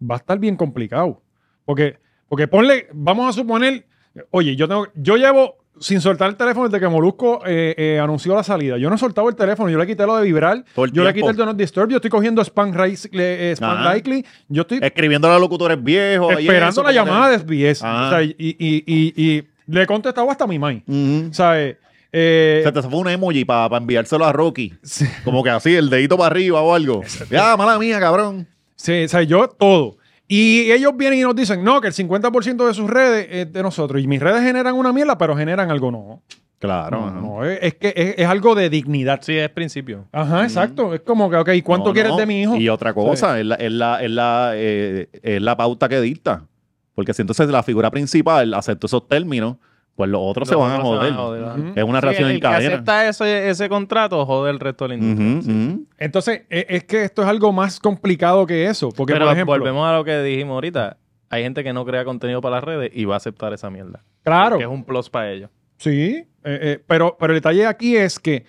va a estar bien complicado. Porque, porque ponle, vamos a suponer, oye, yo tengo, yo llevo sin soltar el teléfono desde que Molusco eh, eh, anunció la salida. Yo no he soltado el teléfono, yo le quité lo de vibrar, Todo el yo le tiempo. quité el de not disturb, yo estoy cogiendo spam, rice- eh, eh, spam Ajá. likely, yo estoy Escribiendo a los locutores viejos. y esperando eso, la como llamada que- de SBS. Ah. O sea, y, y- y- y le he contestado hasta a mi mãe. Ujú. ¿Sabes? Eh, Mm. Se te fue un emoji para enviárselo a Rocky. sí. Como que así, el dedito para arriba o algo. Ya, mala mía, cabrón. Se, o sea, yo todo. Y ellos vienen y nos dicen, no, que el 50% de sus redes es de nosotros. Y mis redes generan una mierda, pero generan algo no. Claro. No, ajá. no, es, es que es, es algo de dignidad. Sí, es principio. Ajá, exacto. Es como que, ok, ¿cuánto No, quieres no. de mi hijo? Y otra cosa, es la, es, la, es, la, eh, es la pauta que dicta. Porque si entonces la figura principal acepta esos términos, pues los otros se Los van a otros joder. se van a joder, ajá. Ujú. Es una Sí, reacción el en que cadena. acepta ese, ese contrato jode el resto de la industria. Ujú, sí. ujú. Entonces, e, es, es que esto es algo más complicado que eso. Porque, Pero por ejemplo, volvemos a lo que dijimos ahorita. Hay gente que no crea contenido para las redes y va a aceptar esa mierda. claro. Que es un plus para ellos. Sí, eh, eh, pero, pero el detalle aquí es que,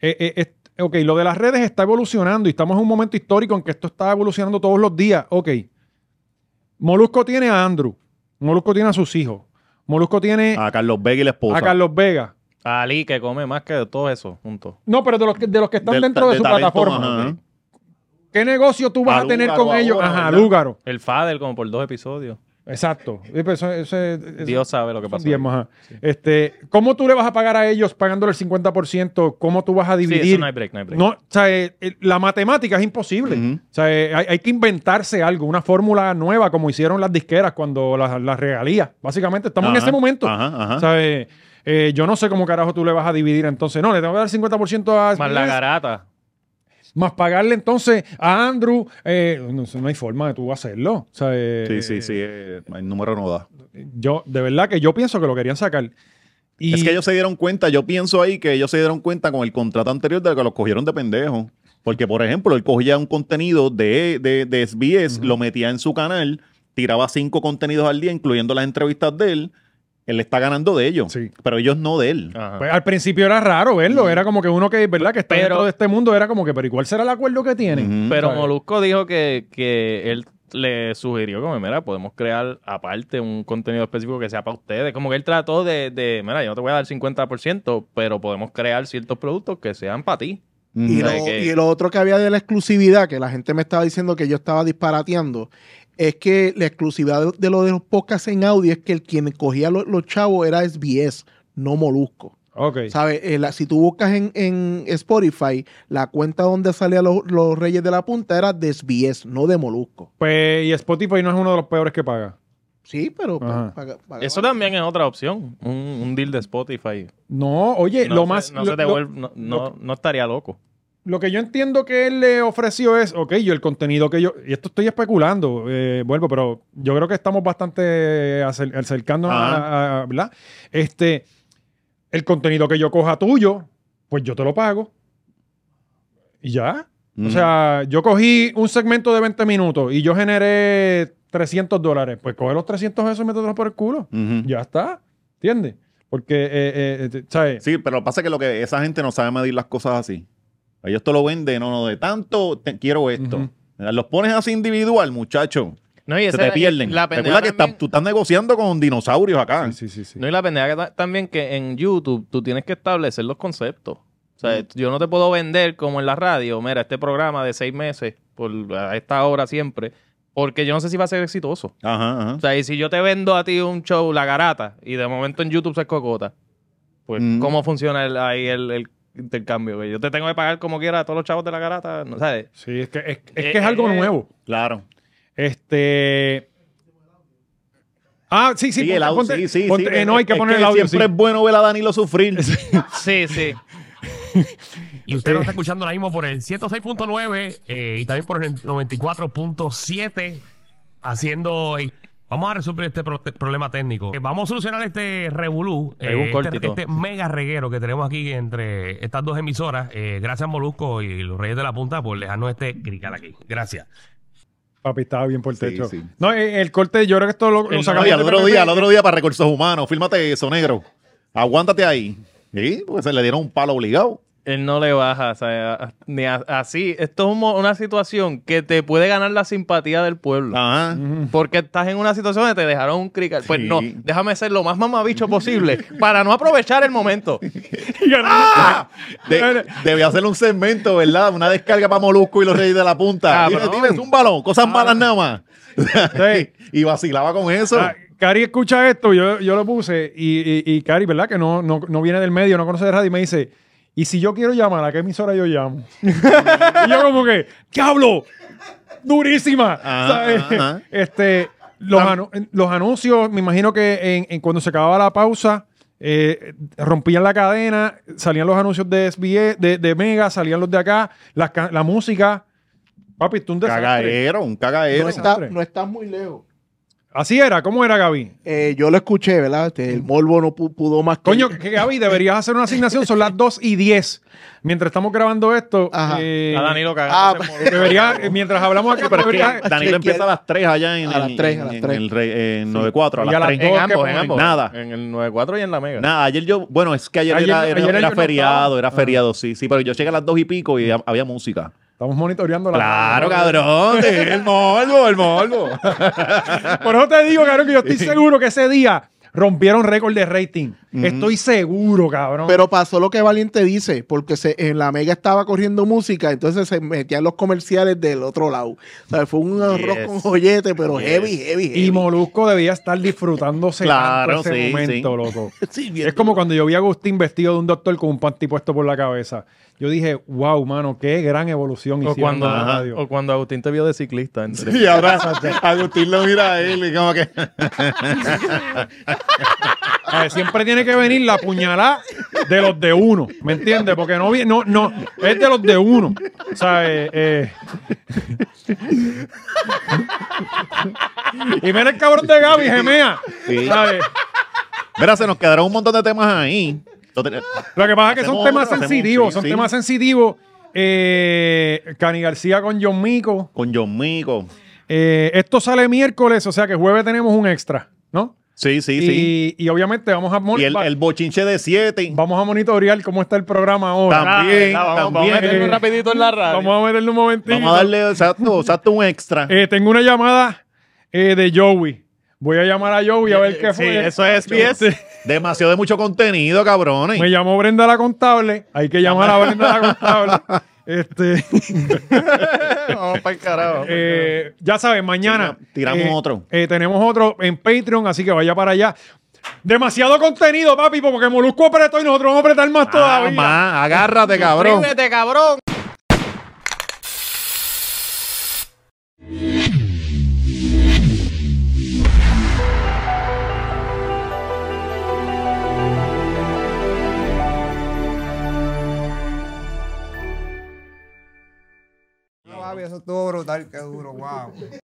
eh, eh, es- ok, lo de las redes está evolucionando y estamos en un momento histórico en que esto está evolucionando todos los días. Ok, Molusco tiene a Andrew, Molusco tiene a sus hijos, Molusco tiene A Carlos Vega y la esposa. a Carlos Vega. Ali, que come más que de todo eso juntos. No, pero de los que, de los que están Del- dentro de, de su talento, plataforma. ajá. ok. ¿Qué negocio tú vas A a tener Lúgaro con ellos? ahora, Ajá, ¿verdad? Lúgaro. El Fader, como por dos episodios. Exacto. Sí, pero eso- eso es- eso- Dios sabe lo que pasó. son diezmos, ajá. Este, ¿Cómo tú le vas a pagar a ellos pagándole el 50%? ¿Cómo tú vas a Sí, dividir? eso no hay break, no hay break. No, o sea, eh, eh, la matemática es imposible. Ujú. O sea, eh, hay, hay que inventarse algo, una fórmula nueva, como hicieron las disqueras cuando las las regalías. Básicamente, estamos en Ajá, ese momento. ajá, ajá. O sea, eh, eh, yo no sé cómo carajo tú le vas a dividir entonces. No, le tengo que dar 50% a Más la SBS, garata. más pagarle entonces a Andrew. Eh, no, sé, no hay forma de tú hacerlo. O sea, eh, Sí, sí, sí. eh, el número no da. Yo, de verdad que yo pienso que lo querían sacar. Y Es que ellos se dieron cuenta, yo pienso ahí que ellos se dieron cuenta con el contrato anterior de que los cogieron de pendejo. Porque, por ejemplo, él cogía un contenido de, de, de SBS, lo metía en su canal, tiraba cinco contenidos al día, incluyendo las entrevistas de él. Él está ganando de ellos, Sí. pero ellos no de él. Ajá. Pues, al principio era raro verlo, era como que uno que, ¿verdad? Que está Ah. Pero- dentro de este mundo, era como que, pero ¿y cuál será el acuerdo que tienen? Ujú. Pero ¿sabes? Molusco dijo que, que él le sugirió como, mira, podemos crear aparte un contenido específico que sea para ustedes. Como que él trató de, de, mira, yo no te voy a dar 50%, pero podemos crear ciertos productos que sean para ti. Ujú. Y O lo, sea, que- y lo otro que había de la exclusividad, que la gente me estaba diciendo que yo estaba disparateando, es que la exclusividad de, de lo de los podcasts en audio es que el quien cogía lo- los chavos era SBS, no Molusco. Ok. ¿Sabes? Eh, la- si tú buscas en, en Spotify, la cuenta donde salían los, los Reyes de la Punta era de SBS, no de Molusco. Pues, y Spotify no es uno de los peores que paga. Sí, pero... pa- Ajá. pa- pa- Eso también es otra opción, un, un deal de Spotify. No, oye, No lo se- más. no, lo, se te lo- vuelve- no, no- no estaría loco. lo que yo entiendo que él le ofreció es, ok, yo el contenido que yo. Y esto estoy especulando, eh, vuelvo, pero yo creo que estamos bastante acer- acercándonos a, a- a- ¿Verdad? Este. El contenido que yo coja tuyo, pues yo te lo pago. Y ya. Ujú. O sea, yo cogí un segmento de 20 minutos y yo generé 300 dólares. Pues coge los 300 pesos y métetelos por el culo. Ujú. ya está. ¿Entiendes? Porque, eh, eh, eh, te- ¿sabes? Sí, pero lo que pasa es que, lo que esa gente no sabe medir las cosas así. Ellos te lo venden, no, no, de tanto te- quiero esto. Ujú. Los pones así individual, muchacho. No, y Se esa- te pierden. La Recuerda pendeja que está- también- tú estás negociando con dinosaurios acá. Sí, sí, sí. sí. No, y la pendeja que ta- también que en YouTube tú tienes que establecer los conceptos. O sea, yo no te puedo vender como en la radio, mira, este programa de seis meses por a esta hora siempre Porque yo no sé si va a ser exitoso. Ajá, ajá. O sea, y si yo te vendo a ti un show, La Garata, y de momento en YouTube es Cocota, pues, Mm. ¿cómo funciona el- ahí el, el intercambio? Que yo te tengo que pagar como quiera a todos los chavos de La Garata, ¿no sabes? Sí, es que es, es Eh, que es algo eh, nuevo. Claro. Este. Ah, sí, sí, Sí, el ponte- audio, ponte- sí, sí, ponte- sí, eh, no, hay que es poner el audio. Siempre sí. es bueno ver a Danilo sufrir. Sí, sí. Y usted lo está escuchando ahora mismo por el 106.9 eh, y también por el 94.7 haciendo... eh, vamos a resolver este pro- problema técnico. Eh, vamos a solucionar este revolú, eh, Pegó un este, cortito. este mega reguero que tenemos aquí entre estas dos emisoras. Eh, gracias Molusco y los Reyes de la Punta por dejarnos este crical aquí. Gracias. Papi, estaba bien por el Sí, techo. sí. No, eh, el corte, yo creo que esto lo, lo El sacamos. Oye, al de otro PPP. día, al otro día para recursos humanos. Fírmate eso, negro. Aguántate ahí. Sí, porque se le dieron un palo obligado. Él no le baja, o sea, a- ni a- así. Esto es un mo- una situación que te puede ganar la simpatía del pueblo. Ajá. Porque estás en una situación donde te dejaron un crical. Pues Sí. no, déjame ser lo más mamabicho posible para no aprovechar el momento. ¡Ah! De- debía hacer un segmento, ¿verdad? Una descarga para Molusco y los Reyes de la Punta. Dime, Cabrón. dime, es un balón, cosas malas nada más. Sí. y vacilaba con eso. Ah, Cari escucha esto, yo, yo lo puse y, y, y Cari, ¿verdad? Que no, no, no viene del medio, no conoce de radio y me dice, ¿y si yo quiero llamar, a qué emisora yo llamo? y yo como que, ¡diablo! ¡Durísima! Ajá, ¿Sabes? ajá. Este, los, anu- los anuncios, me imagino que en, en cuando se acababa la pausa, eh, rompían la cadena, salían los anuncios de SBS, de, de Mega, salían los de acá, las ca- la, música. Papi, tú un desastre. Cagadero, un cagadero. No, está- no estás muy lejos. Así era, ¿cómo era, Gaby? Eh, yo lo escuché, ¿verdad? Este, el morbo no pu- pudo más. que- Coño, que Gaby, deberías hacer una asignación. Son las 2 y 10. Mientras estamos grabando esto, Ajá. eh, A Danilo Ah, cagando. debería, eh, mientras hablamos acá, Pero es que debería- Danilo Chequear. empieza a las 3 allá en, A las en- 3, a las en 3. el rey- en 9-4, Y a a las las 3. En dos que ambos, en ponen. ambos. Nada. En el 94 y en la Mega. Nada, ayer yo, bueno, es que ayer, Ayer- era, era- ayer era yo no feriado, estaba. era feriado, sí, sí, pero yo llegué a las 2 y pico y ha- había música. Estamos monitoreando la. Claro, cabrón, el morbo, el morbo. Por eso te digo, cabrón, que yo estoy seguro que ese día rompieron récord de rating. Estoy seguro, cabrón. Pero pasó lo que Valiente dice, porque se, en la mega estaba corriendo música, entonces se metían los comerciales del otro lado. O sea, fue un arroz Yes. con joyete, pero Yes. heavy, heavy, heavy. y Molusco debía estar disfrutándose Claro, tanto ese sí, momento, sí. loco. Sí, bien. Es como cuando yo vi a Agustín vestido de un doctor con un panty puesto por la cabeza. Yo dije, wow, mano, qué gran evolución O hicieron cuando, en la ajá, radio". o cuando Agustín te vio de ciclista. entre- Y ahora Agustín lo mira a él y como que... A ver, Eh, siempre tiene que venir la puñalada de los de uno, ¿me entiendes? Porque no, vi- no, no, es de los de uno. O sea, eh, eh. Y mira el cabrón de Gaby, gemea. eh, Sí. ¿sabes? Mira, se nos quedaron un montón de temas ahí. Lo ten- Lo que pasa es que son Hacemos temas otro, hacemos- sensitivos, sí, son sí. temas sensitivos. Eh, Cani García con John Mico. Con John Mico. Eh, esto sale miércoles, o sea que jueves tenemos un extra, ¿no? Sí, sí, y, sí. y obviamente vamos a, mon- Y el, va- el bochinche de 7. vamos a monitorear cómo está el programa ahora. También, Ah, vamos, vamos a también. meternos rapidito en la radio. eh, Vamos a meterle un momentito. Vamos a darle, exacto, exacto, un extra. Eh, tengo una llamada eh, de Joey. Voy a llamar a Joey a ver qué Sí, fue. eso es SBS. Demasiado de mucho contenido, cabrones. Me llamó Brenda la contable. Hay que llamar a Brenda la contable. Este, Vamos para el carajo. eh, ya saben, mañana Tira- tiramos eh, otro. eh, tenemos otro en Patreon, así que vaya para allá. Demasiado contenido, papi, porque Molusco apretó y nosotros vamos a apretar más Ah, todavía. ma, agárrate, cabrón. Ríndete, cabrón. eso estuvo brutal, qué duro, wow.